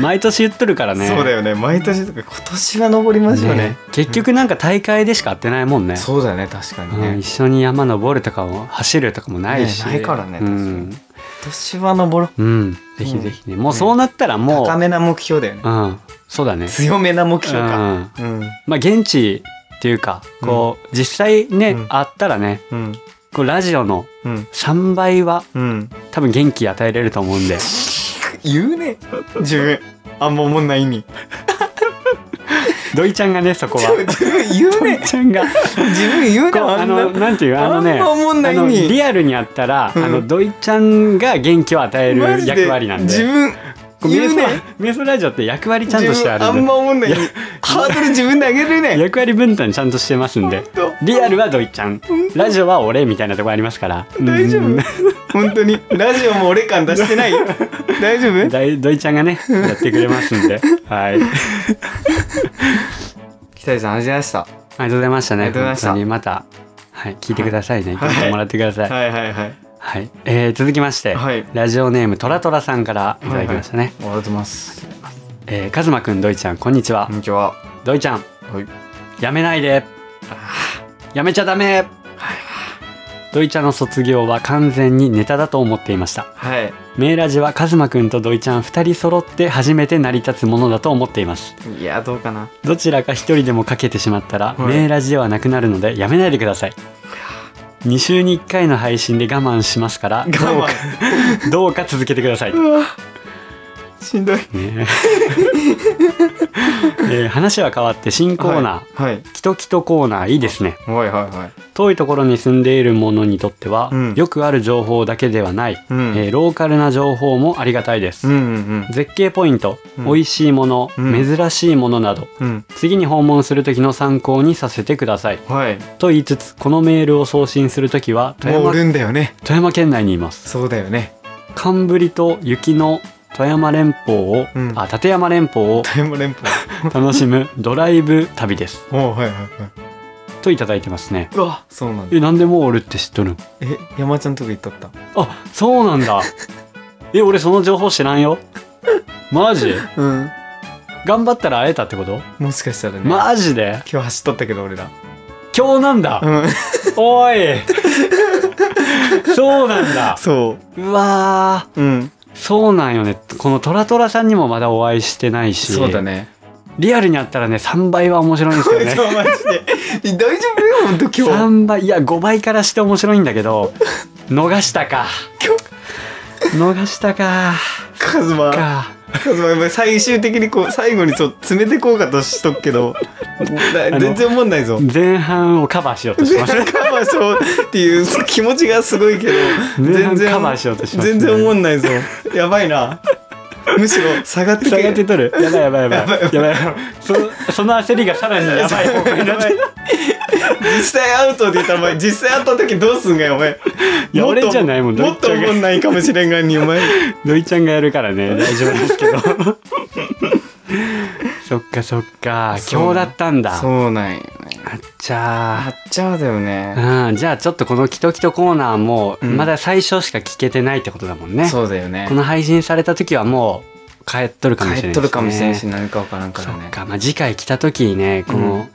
毎年言っとるからね
そうだ
よ
よね毎年とか今年は登りましょうね
結局なんか大会でしか会ってないもんね
そうだね確かにね、
うん、
今
一緒に山登るとかも走るとかもないし、
ねないからね
う
確かに
ん、
年は登ろう
うん、ぜひぜひねもうそうなったらもう、
高めな目標だよね
うん、そうだね
強めな目標か
うん
うん
まあ、現地っていうかこう、実際ね、
うん
会ったらね
うん
こうラジオの
うん
3倍は
うん
多分元気与えれると 思うんで
言うね自分あんま思んない意味
土井ちゃんがねそこは
自分言う
土井
ね
ちゃんが
自分言うね
こう
あ
あ
んな
のなんていうあのね
あんま思んない意味
あのリアルにあったら、
うん
あの土井ちゃんが元気を与え
マ
る
ジ
役割なんで
自分
こう
言う
瞑想
ね
瞑想ラジオって役割ちゃんとしてあ
自分あ
るん
ん
で
ま思んない意味ハードル自分で上げるね
役割分担ちゃんとしてますんで
ほんと
リアルは土井ちゃんラジオは俺みたいなとこありますから
大丈
うん
夫本当にラジオも俺感出 してない大丈夫
だい土井ちゃんがねやってくれます んではい
北井さんありがとうございました
ありがとうございましたね。
ありがとうございました
本当にまた、はい、聞いてくださいね。
はい
聞いてもらってください。はい。
はいはいはい
えー続きまして、
はい
ラジオネームトラトラさんからいただきましたね。
ありがとうございます
えー、カズマくん、ドイちゃん、こんにちは
こ。んにちは
ドイちゃ
は
ん、
い
やめないで。やめちゃダメ。ドイちゃんの卒業は完全にネタだと思っていました。
はい
メーラジはカズマくんとドイちゃん二人揃って初めて成り立つものだと思っています。
いやどうかな
どちらか一人でもかけてしまったら、
はい
メーラジではなくなるのでやめないでください2週に1回の配信で我慢します からどう
我
かどうか続けてくださ い、ね
うわしんどい
ええー話は変わって新コーナー、
はい
キトキトコーナーいいですね
はいはいはい
遠いところに住んでいる者にとっては、
うん
よくある情報だけではない、
うん
えーローカルな情報もありがたいです、
うんうん
絶景ポイント、
うん
美味しいもの、
うん
珍しいものなど
うんうん
次に訪問する時の参考にさせてください
はい
と言いつつこのメールを送信するときは富
もうお
山
るんだよね
富山県内にいます
そうだよね
寒ブリと雪の富山連峰を、
うん
あ立山連峰を
タイム連邦
楽しむドライブ旅です
おうはいはいはい
といただいてますね
うわそうなんだ
えなんでもうおるって知っとるの
え山ちゃんとこ行ったった
あそうな んだえ俺その情報知らんよマジ
うん
頑張ったら会えたってこと
もしかしたらね今
マジで
日走っとったけど俺ら
今日なんだ、
うん
おいそうなんだ
そう
わー
ううん
そうなんよねこのトラトラさんにもまだお会いしてないし
そうだね
リアルにあったらね3倍は面白いんですよ ね
そうマジで大丈夫よ本当今日
3倍いや5倍からして面白いんだけど逃したか
今
逃したか
カズマ
か
カズマやっぱり最終的にこう最後にそう詰めてこうかとしとくけどな全然思んないぞ
前半をカバーしようとし
カ
ます
バーしようっていう気持ちがすごいけど全
前
然
半カバーしようとしますね
全然思んないぞやばいなむしろ下がってけ
下げてとる やばいやばいやばいやばいやばいそのその焦りがさらにやばい方向にな
や
っ
ば
て
い実際アウトって言ったらお前実際会った時どうすんがよお前
いや
もっと
俺じゃないもん
もっと思んないかもしれんがに お前
土井ちゃんがやるからね大丈夫ですけどそっかそっか
そう
今日だったんだ
そうなんよね
じゃあ
あっちゃうだよね
うん、じゃあちょっとこの「キトキトコーナー」も
うん
まだ最初しか聞けてないってことだもんね、
そうだよね
この配信された時はもう帰っとるかもしれな
帰
い
っとるかもしれんし何かわからんか
そ
ら
っ
ね
か、まあ、次回来た時にねこの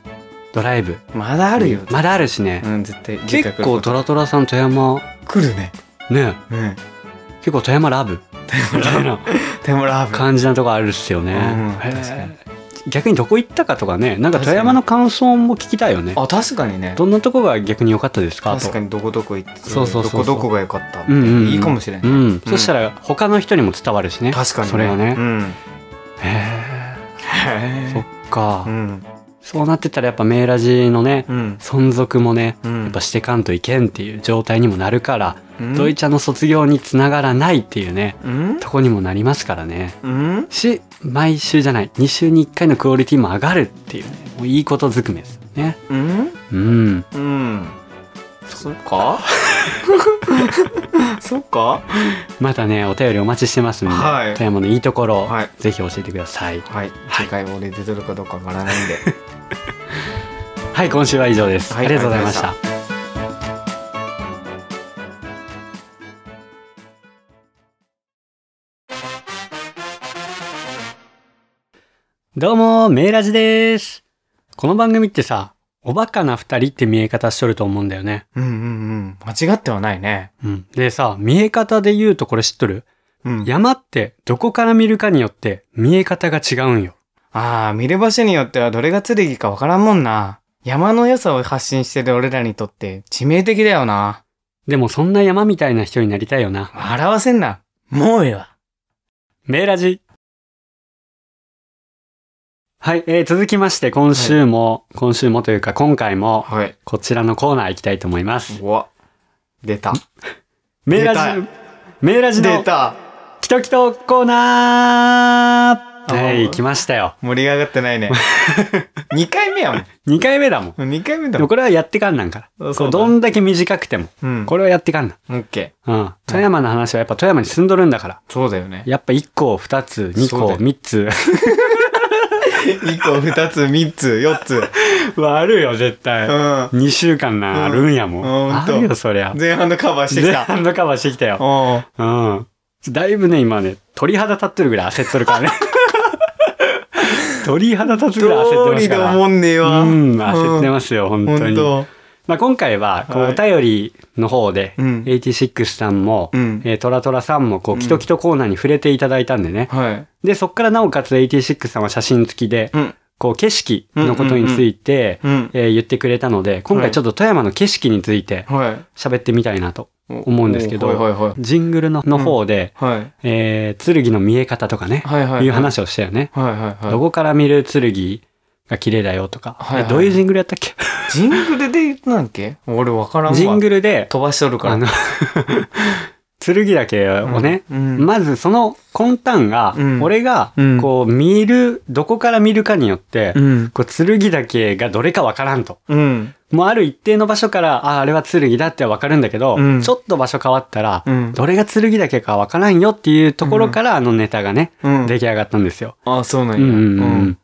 ドライブ
まだあるよ。
まだあるしね、
うん、絶対。次回
結
来る
構トラトラさん富山
来るね。
ね
うん。
結構富山ラブみたいな
でもラブ。
感じなとこあるっすよね、
うん
へー
確かに
逆にどこ行ったかとかねなん
確
か
か
富
に
山の感想も聞きたいよね
あ、確かにね。
どんなとこが逆に良かったですかと
確かにどこどこ行って、
そうそうそうそう
どこどこが良かったって
うんうんうん
いいかもしれん
う
ね。
ん、そしたら他の人にも伝わるしね
確かにね。
それが
う
ね、
ん。
へえそ
へ
っか、
ーうん。
そうなってたらやっぱメーラジのね
うん。
存続もね
うん。
やっぱしてかんといけんっていう状態にもなるから、
うん、
ドイちゃんの卒業につながらないっていうね
うん
とこにもなりますからね
うん
し毎週じゃない2週に1回のクオリティも上がるっていうねもういいことずくめですよね
うん
うん
うん。そっ かそっか
またねお便りお待ちしてますんで、
はい
富山のいいところ、
はい
ぜひ教えてください
はい。
はい
次回俺出てるかどうかわからない んで。
はい今週は以上です、
はい
ありがとうございましたどうもメイラジですこの番組ってさおバカな二人って見え方しとると思うんだよね
うんうんうん。間違ってはないね。
うんでさ見え方で言うとこれ知っとる
うん。
山ってどこから見るかによって見え方が違うんよ
ああ、見る場所によってはどれが剣かわからんもんな。山の良さを発信してる俺らにとって致命的だよな。
でもそんな山みたいな人になりたいよな
笑わせんな。もうええわ。
メーラジ。はい、えー続きまして今週も、今週もというか今回も
はい。
こちらのコーナー行きたいと思います。
うわ。出た。
メー
出た
ラジ
よ、
メーラジ
出
の
た。
キトキトコーナ
あ
ーはい、来ましたよ。
盛り上がってない ね。2回目やもん。
2回目だもん。
2回目だ
で
も
も
ん。
これはやってかんなんから。
そ
こ
う
う
だ
どんだけ短くても。
うん。
これはやってかんな
オッケ
ん。うん。富山の話はやっぱ富山に住んどるんだから。
ー。そうだよね。
やっぱ1個、2つ、2
そうだ
個、
よ
3つ。
1個、2つ、3つ、4つ。
はあるよ、絶対。
う
2週間な、あるんやもん。
うん
あるよ、そりゃ
ん。。前半のカバーしてき
前
た。
半のカバーしてきたよ。
お
うん。だいぶね、今ね、鳥肌立ってるぐらい焦っとる からね。鳥肌立つぐらい焦っ
ど
て
う
ます
り
か
で
ら。
思んねえわ。
うん、焦って
す。
ますよ、本当
本
に。
当。
まあ、今回は、こう、
は
お
い
便りの方で、
うん
86さんも、
うん
えートラトラさんも、こう、キトキトコーナーに触れていただいたんでね。
はい。
で、そっからなおかつ86さんは写真付きで、
うん。
こう、景色のことについて、
うん。
えー言ってくれたので、今回ちょっと富山の景色について
はい。
喋ってみたいなと思
思
うんですけど、
はいはいはい。
ジングルのの方で、
はい。
えー剣の見え方とかね、
はいはい
い
はいう
話をしたよね。
はいはいは
どこから見る剣が綺麗だよとか、
はいはい
えどういうジングルやったっけ
い。ジングルでなんけ俺わからんわ。
ジングルで、
飛ばしとるか
あ
ら。
の、 剣だけをね、
うん。
まずその根端が、
うん
俺が
うん
こう見る、どこから見るかによって、
うん。
こう剣だけがどれかわからんと。
うん。
もうある一定の場所から、ああ、あれは剣だってわかるんだけど、
うん
ちょっと場所変わったら、
うん
どれが剣だけかわからんよっていうところから、あのネタがね、
うん。
出来上がったんですよ。
あ、そうな
うん
や。
んうんうん。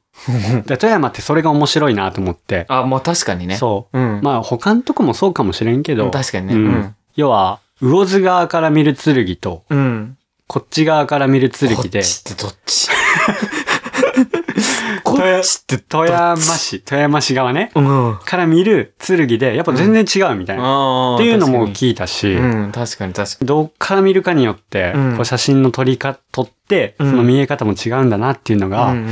で富山ってそれが面白いなと思って、
あ、まあ確かにね。。
そう
うん
う。。まあ他のとこもそうかもしれんけど、
確かにね。う
うん
ん。
要は、魚津側から見る剣と、
うん。
こっち側から見る剣
こっ
で、
ちってどっ ちこ
富
っ
山
ちってどっ
富
ち
山市、富山市側ね、
うん。あ
から見る剣で、やっぱ全然違うみたいな。
あ。
っていうのも
確か
聞いたし、
にうん、確かに確か
どっから見るかによって、
うん
こう写真の撮りか、撮って、そ
うん
の見え方も違うんだなっていうの
に。
が、
うんうん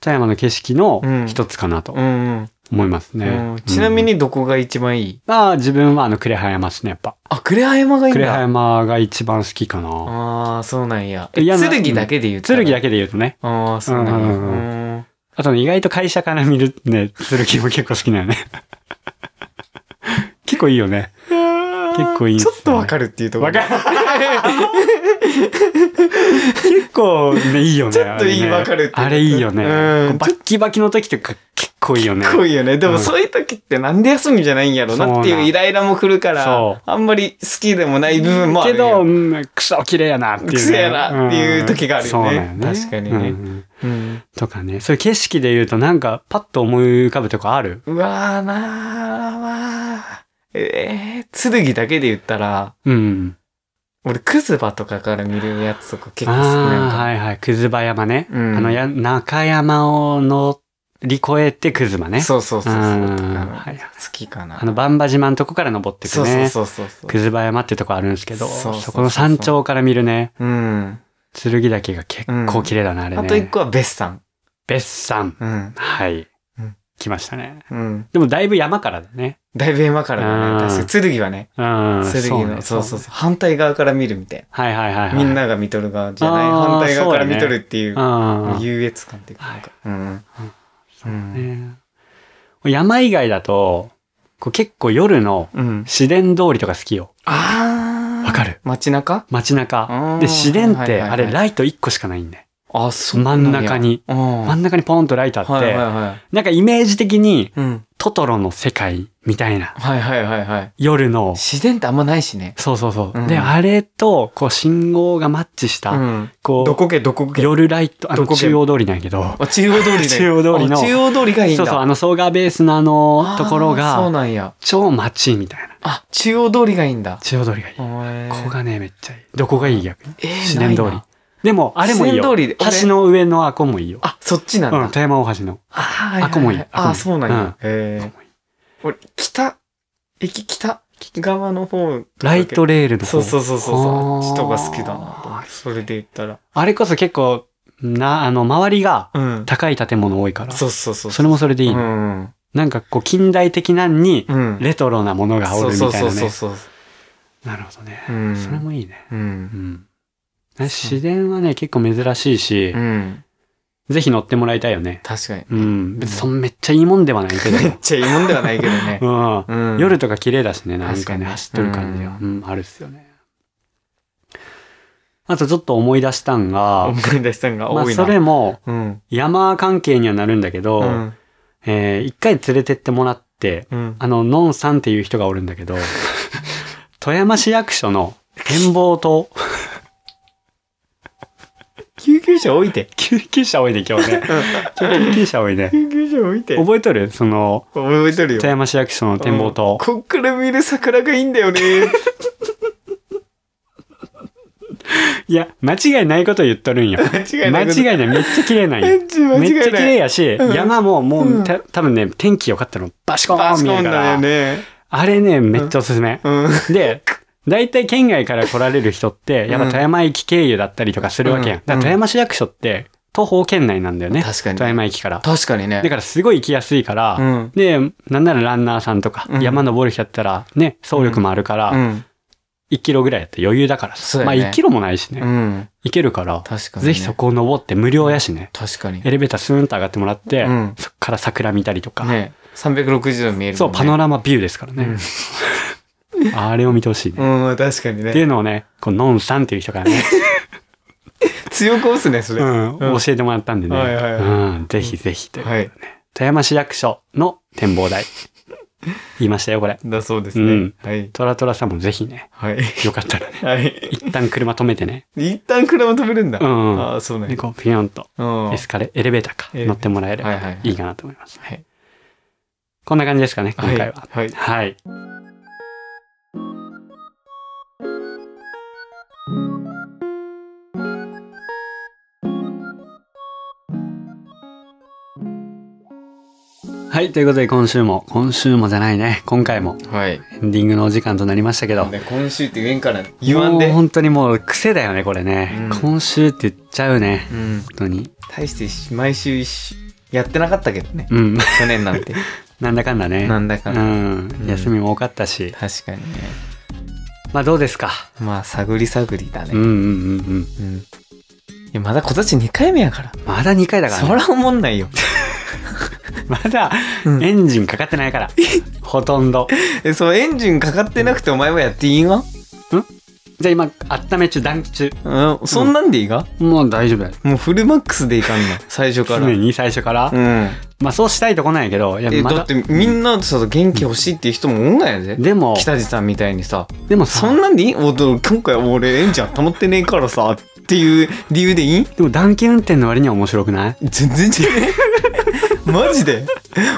富山の景色の一つかなと
うん
思います
う
ね。
んうん。ちなみにどこが一番いい
うん、まあ自分はあの、呉羽山ですね、やっぱ。
あ、クレハ山がいいん
呉
だ。
羽山が一番好きかな。
ああ、そうなんや。え
いやな
剣だけで言ったら
剣だけで言うとね。
ああ、そうなんや。
う
うん
うん
ん
あとね、意外と会社から見るね、剣も結構好きなよね。 結構いいよね。結構いいっす
ち
ね
ょっとわかるっていうところ。
わか結構ね、いいよね。
ちょっといい
あれね
わかるっていうか
あれいいよね。
うん
こうバッキバキの時とか結構いいよね。
かっこいいよね。で
うん
もそういう時ってなんで休みじゃないんやろなって
そう
い
な
うんイライラも来るか
そう
ら、あんまり好きでもない部分もあ
け
る
ど、
よ。
うん、クソ綺麗やなっていう、ね。
クソやなっていう時があるよね
うんそうなんよね
確かにね
うんうん
うん
とかね、そういう景色で言うとなんかパッと思い浮かぶとこある
うわーなーわーえー、剣だけで言ったら、
うん。
俺、クズバとかから見るやつとか結構好き
あ
な
あ、
んか。
はいはい。くずば山ね。
うん
あのや、中山をの、り越えてクズマね。
そうそうそうそう。
う
多
ん
分
はい
好きかな。
あの、バンバ島のとこから登ってく
そうそう
ね。
そうそうそう。
クズバ山ってとこあるんですけ
そ
ど、
うそうそうそう
そこの山頂から見るね、
うん。
剣岳が結構綺麗だな、あれね。
あと一個はベッサン。
別山。
うん。
はい
うん。
来ましたね。
うん。
でもだいぶ山からだね。
だいぶ山からだね。
うん
確かに剣はね。
うん。
剣の、そうそうそう。反対側から見るみたい
はいはいはいは
な。
い。
みん。なが見とる側じゃない。
あー
反対側から見とるっていう
う、ん。
優越感っていうかなんか。うん。うん。
ね山以外だと、こう結構夜の
うん。
市電通りとか好きよ。
あー。
わかる
街中
街中
う。ん
で、市電って、
はいはいはい
あれライト1個しかないんで。
あ、そ
真ん中に。
うん。
真ん中にポンとライトあ
はいはい
っ
は
て、なんかイメージ的に
い。うん。
トトロの世界みたいな
はいはいはいはい。
夜の、
自然ってあんまないしね。
そうそうそ
う
う。
ん
で、あれと、こう信号がマッチした、
うん。
こ
ど
う、
こけどこけ。
夜ライト、あ
ど
の
こけ
中央通りなんやけど、
あ、中央通りね
中央通りの
あ中央通りがいいん
そ
だ。
うそう、あの、ソーガーベースのあの、ところ
あーそう
が、
なんや。
超街みたいな。
あ、中央通りがいいんだ。
中央通りがいい。
へ
こ
ー
こがね、めっちゃいい。どこがいい逆に。
えー
自然通
な
り
いな。
でも、あれもいい
自
よ。
然通りで俺
橋の上のあこもいいよ。
あ、そっちなんだ。
うん、富山大橋の。
あはいはいはい
あこもいいあこもい
あ、
い
そうなんや。
うん
へ
あ
え
こ。もいい
俺、北、駅北側の方とか
ライトレールの
そ
方
うそうそうそうそう。あ
あ
っ
ー
ちとか好きだなと思って。それで言ったら。
あれこそ結構、な、あの、周りが
うん。
高い建物多いから。
そうそうそう。
それもそれでいい、
う
ね
ん。
なんかこう、近代的なんに、
うん。
レトロなものがおるみたいなね。
そうそうそうそう。
なるほどね、
うん
それもいいね。
う。
うんん。自然はね、結構珍しいし、
うん。
ぜひ乗ってもらいたいよね。
確かに。
うん。別にそんめっちゃいいもんではないけ
めっちゃいいもんではないけど ね。
ど。 うん。
うん。
夜とか綺麗だしね、なん
確
か
かに
ね、走ってる感じが、う、
うん
あるっすよね。あとちょっと思い出したんが
思、い出したのが
まあ
多いな。
それも
うん。
山関係にはなるんだけど、
うん。
えー一回連れてってもらって、
うん。
あの、ノンさんっていう人がおるん だけど、富山市役所の展望塔、
救急車置いて。
救急車多いね、今日 ね。救急車多いね。
救急車置いて。
覚えとるその、
覚えてるよ
富。山市役所の展望
うん
塔。
こっから見る桜がいいんだ よね。
いや、間違いないこと言っとるんよ。
間違い
間
ない。
違いない。めっちゃ綺麗なんよ。
間
めっちゃ
違い
綺麗
ない。
やし、
うん
山ももう、
うん
た多分ね、天気良かったのバシコ
バ
ーン
ス
見
コ
え
ン
るか
だ
ら、
よね。
あれね、めっちゃおすすめ。
うん。
で、大体県外から来られる人って、やっぱ富山駅経由だったりとかするわけやん。
うん
だから富山市役所って、徒歩圏内なんだよね。
確かに
富山駅から。
確かにね
だからすごい行きやすいから、
うん
で、なんならランナーさんとか、
うん
山登る人だったら、ね、走力もあるから、
うん。
1キロぐらいやったら余裕だからさ
そうや
まあ
ね
1キロもないしね。
うん。
行けるから、
確かにね。
ぜひそこを登って無料やしね。
確かに。
エレベータースーンと上がってもらって、
うん
そっから桜見たりとか、
ね360度見える
そ
も
う、
んね。
パノラマビューですからね。 あれを見てほしいね。っ
うん、確かに
てい
ね。
うのをね、こうノンさんっていう 人からね、
強く押すね、それ。
う
は
ん、教えてもらったんでね、
はいはいはい
うん、ぜひぜひという、
い。
富山市役所の展望台。言いましたよ、これ。
だそうです
う
ね
ん。
はい。
トラトラさんもぜひね、
はい。
よかったらね、
はい。
一旦車止めてね、
一旦車を止めるんだ。
うん
ああ、そうなん
で
や
こうピヨンと
うん
エスカレ、エレベーターか、
エレベーター
乗ってもらえれ
はいは
ば
いはい
いいかなと思います。
はい
こんな感じですかね、今回は。
はい。
はい。はい。ということで、今週も、今週もじゃないね。今回も
はい。
エンディングのお時間となりましたけど。
で今週って言えんから言わんで
もう。本当にもう癖だよね、これね。
うん
今週って言っちゃうね。
うん。
本当に。
大してし毎週一週やってなかったけどね。
うん。
去年なんて。
なんだかんだね。
なんだかんだ
うん。
ん
休みも多かったし。
確かにね。
まあ、どうですか。
まあ、探り探りだ
うん
ね。
うんうんうん。
うん。いや、まだ今年2回目やから。
まだ2回だからね
そら思んないよ。
まだ
うん
エンジンかかってな いから。ほとんど。
え、そのエンジンかかってなくてお前もやっていいが
じゃあ今、温め中、暖気中。
うん。そんなんでいいが
もう大丈夫だよ。
もうフルマックスでいかんの。最初から。う
常
ん。
に最初から。まあそうしたいとこなんやけど、いや
え、
ま
だ
だ
っ。てみんなその元気欲しいっていう人もおんがやで。
でも、
北地さんみたいにさ。
でも
そ
さ
ん、なんでいいおど今回俺エンジン保ってねえからさっていう理由でいい
でも暖気運転の割には面白くない
全然違う マジで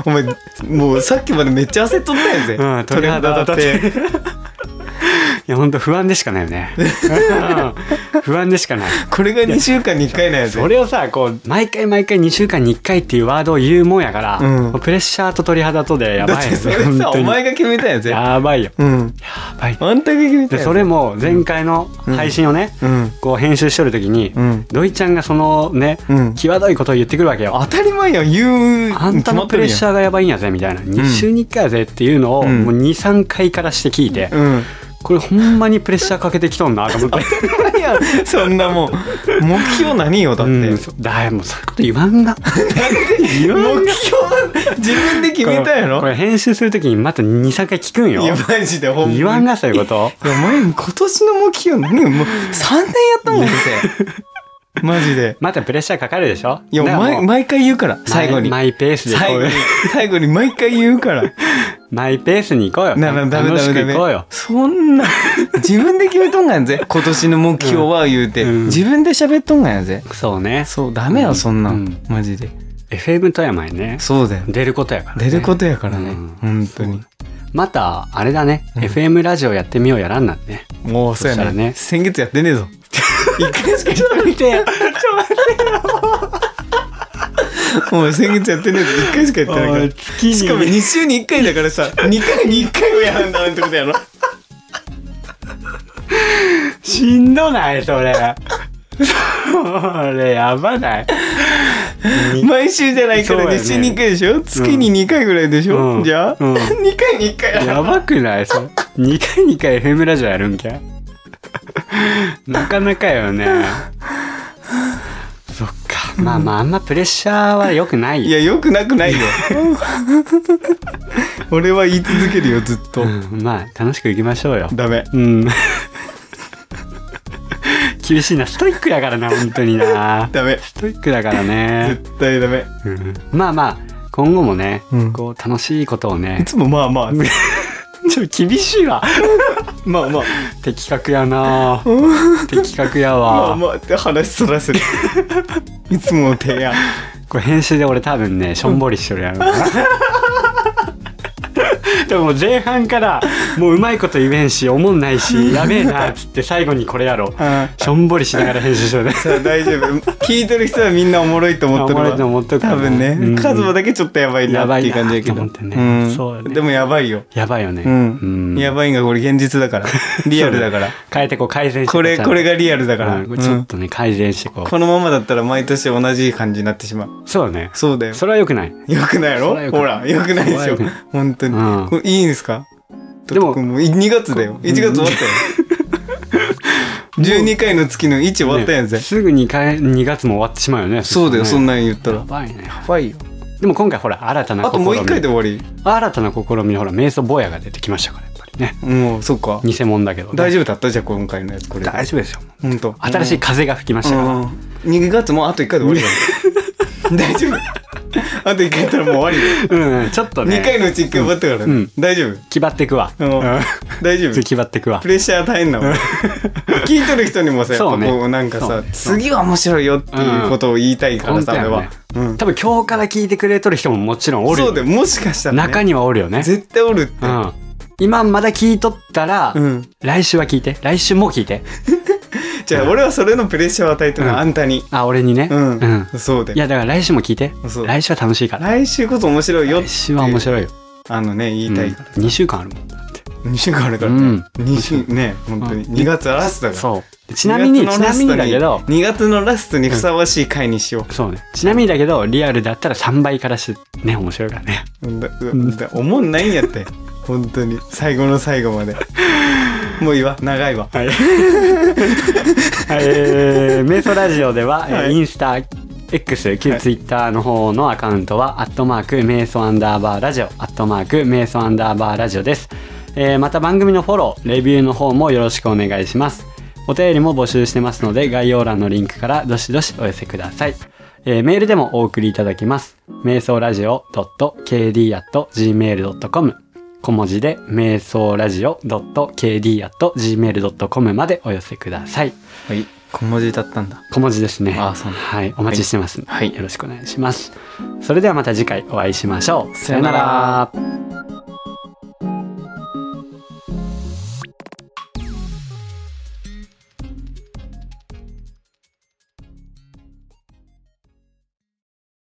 お前もうさっきまでめっちゃ焦っとったやんぜ、
うん
鳥肌立って
や、本当不安でしかないよ ね。うん不安でしかない。
これが2週間に1回なんやで
それをさ、こう、毎回毎回2週間に1回っていうワードを言うもんやから、
うん
もうプレッシャーと鳥肌とでや
だ
ば
っ
い
て
よ
それ
本
さ
当
お
に
前が決めたんやぜ
やばいよ。
うん
やばい。
あんたが決めたん
で、
や
それも前回の配信をね、
うん
こう編集しとる時に、
うん
土井ちゃんがそのね、
うん
際どいことを言ってくるわけよ。
当たり前やん言う
あんたのプレッシ
ャ
ャーがやばいんやぜみたいな、2週に1回やぜっていうのを
うん
もう23回からして聞いて、
うん
これほんまにプレッシャーかけてきとんなと 思って
いやそんなもん目標何よだって、
うんそだいもうそういうこと言わ んが言わ
目
んが
標自分で決めたんやろ
これ編集するときにまた23回聞くんよ
いやマジでほんまに
言わんがそういうこと
いやお前今年の目標何よもう3年やったもんってマジで
またプレッシャーかかるでしょ
いや
だからも
毎
う
毎回言うから最後に
マイマイペースで
最
こ
後
う
に最後に毎回言うから
マイペースに行こうよ
ななダメ
楽
ダ
しく
メ
行
ダ
こう
メ
よ
そんな自分で決めとんがん ぜ今年の目標は言うて、
うん
自分で喋っとんがんやぜ
そうね
そうダメよそんなん、
うん
マジで
FM 富山にね
そうだよ
出ることやから、ね、
出ることやからね、
うん
本当に
またあれだね、FM ラジオやってみようやらんなんね
もうそう
そした
や
ら
ね
ね
先月やってねえぞ一回しかやって
見て
お前先月やってねえぞ一回しかやってないから
月
しかも2週に1回だからさ2回に1回もやらんだなんてことやろ
しんどないそれそれやばない
毎週じゃないから
そうや
2
ね
週に1回でしょ月に2回ぐらいでしょ、
うん
じゃあ、
うん
2回に1回やらん
やばくないそれ2回2回 FM ラジオやるんけなかなかよねそっかまあまああんまプレッシャーは良くない
い
よ
や、よくなくないよ。 俺は言い続けるよ、ずっと。
うんまあ楽しくいきましょうよ
ダメ。
うん 厳しいなストイックやからな本当にな
ダメ。
ストイックだからね、
絶対ダメ。
うんまあまあ今後もね、
うん
こう楽しいことを
い
ね
つもまあ まあ、
ちょっと厳しいわ
まあまあ、
的確やな的確や
まあ
わ
まあって話そらせ る。いつもの提案。
これ編集で俺多分ねしょんぼりしてるやろうな でも前半からもううまいこと言えんしおもんないしやべえなっつって最後にこれやろ
あ
しょんぼりしながら編集してる
さあ大丈夫。聞いてる人はみんなおもろいと思ってる
おもろいと思っと
わ。
くかな
多分ね
うん。
カズマだけちょっとやばいなっていう感じやけ
やばいなと
ど
思って。ねそう
う
だ
ん。
ね
でもやばいよ。
やばいよね
うん。やばいんがこれ現実だ から。リアルだから。
変えてこう改善して
これ、これがリアルだ
だ
から。
ち
う
ょ
ん
っとね改善してこう、
このままだったら毎年同じ感じになってしまう。
そうだね
そうだよ。
それは良くない
よくないやろ
それはよくない
ほら、よくないで
そ
し
れ
ょ
はよくない。
本当に。
うん
これいいんですか
で
トッ
も
ト君もう2月だよ。1月終わったよ。12回の月の1終わったやんぜ。
ねすぐ2回2月も終わってしまうよね
そうだよ、そん
な
なん言ったら。
や
や
ばいね
ばいよ。
でも今回ほら新たな
あともう1回で
も
終わり。
新たな試みほら瞑想坊やが出てきましたからやっぱりね
もう、そっか。
偽物だけどね、
大丈夫だったじゃあ今回のやつ、これ。
大丈夫ですよ
ほんと。
新しい風が吹きましたから、
うん。2月もうあと1回で終わりだよ。大丈夫。あと1回やったらもう終わりだよ。
うん、ちょっとね
2回のうち1回終わったから
う
ね
ん。
大丈夫。
気張ってくわ、
うん大丈夫。
気張ってくわ
プレッシャー大変なもん聞いてる人にもさやっ
そ
ぱ
うね
こうなんか
そ
さ、
うね
次は面白いよっていうことを言いたいからさ、
うん
俺は
本、
うん
多分今日から聞いてくれとる人ももちろんおる
そ
よ、
うだよもしかしたら、ね、
中にはおるよね
絶対おるって、
うん今まだ聞いとったら、
うん
来週は聞いて来週も聞いて
じゃあ俺はそれのプレッシャーを与えてるの、
うん
あんたに
あ俺にね
うん、
うん
そうだ
い
よ
やだから来週も聞いて
そう
来週は楽しいから
来週こそ面白いよって
来週は面白いよ、
あのね言いたいから、
2週間あるもん
2週間あるから
うん
ね、二週ね本当に、
うん
2月はラストだから
そうちなみに
2
ち
月のラ
な
スト
みにだけど
2月のラストにふさわしい回にしよ
そうねちなみにだけどリアルだったら3倍からしてね面白いからね
う、だだ思んないんやって本当に最後の最後までもういいわ長いわ
はい。えー、メソラジオでは、えー
はい
インスタ、X、旧
はい
ツイッターの方のアカウントは、アットマーク、メイソアンダーバーラジオ、アットマーク、メイソアンダーバーラジオです。えーまた番組のフォロー、レビューの方もよろしくお願いします。お便りも募集してますので、概要欄のリンクからどしどしお寄せください。えーメールでもお送りいただけます。瞑想ラジオ .kd.gmail.com 小文字で瞑想ラジオ .kd.gmail.com までお寄せください。
はい、小文字だったんだ。
小文字ですね。
あそうなんだ
はい、お待ちしてます、
はい
よろしくお願いします。それではまた次回お会いしましょう。
さよなら。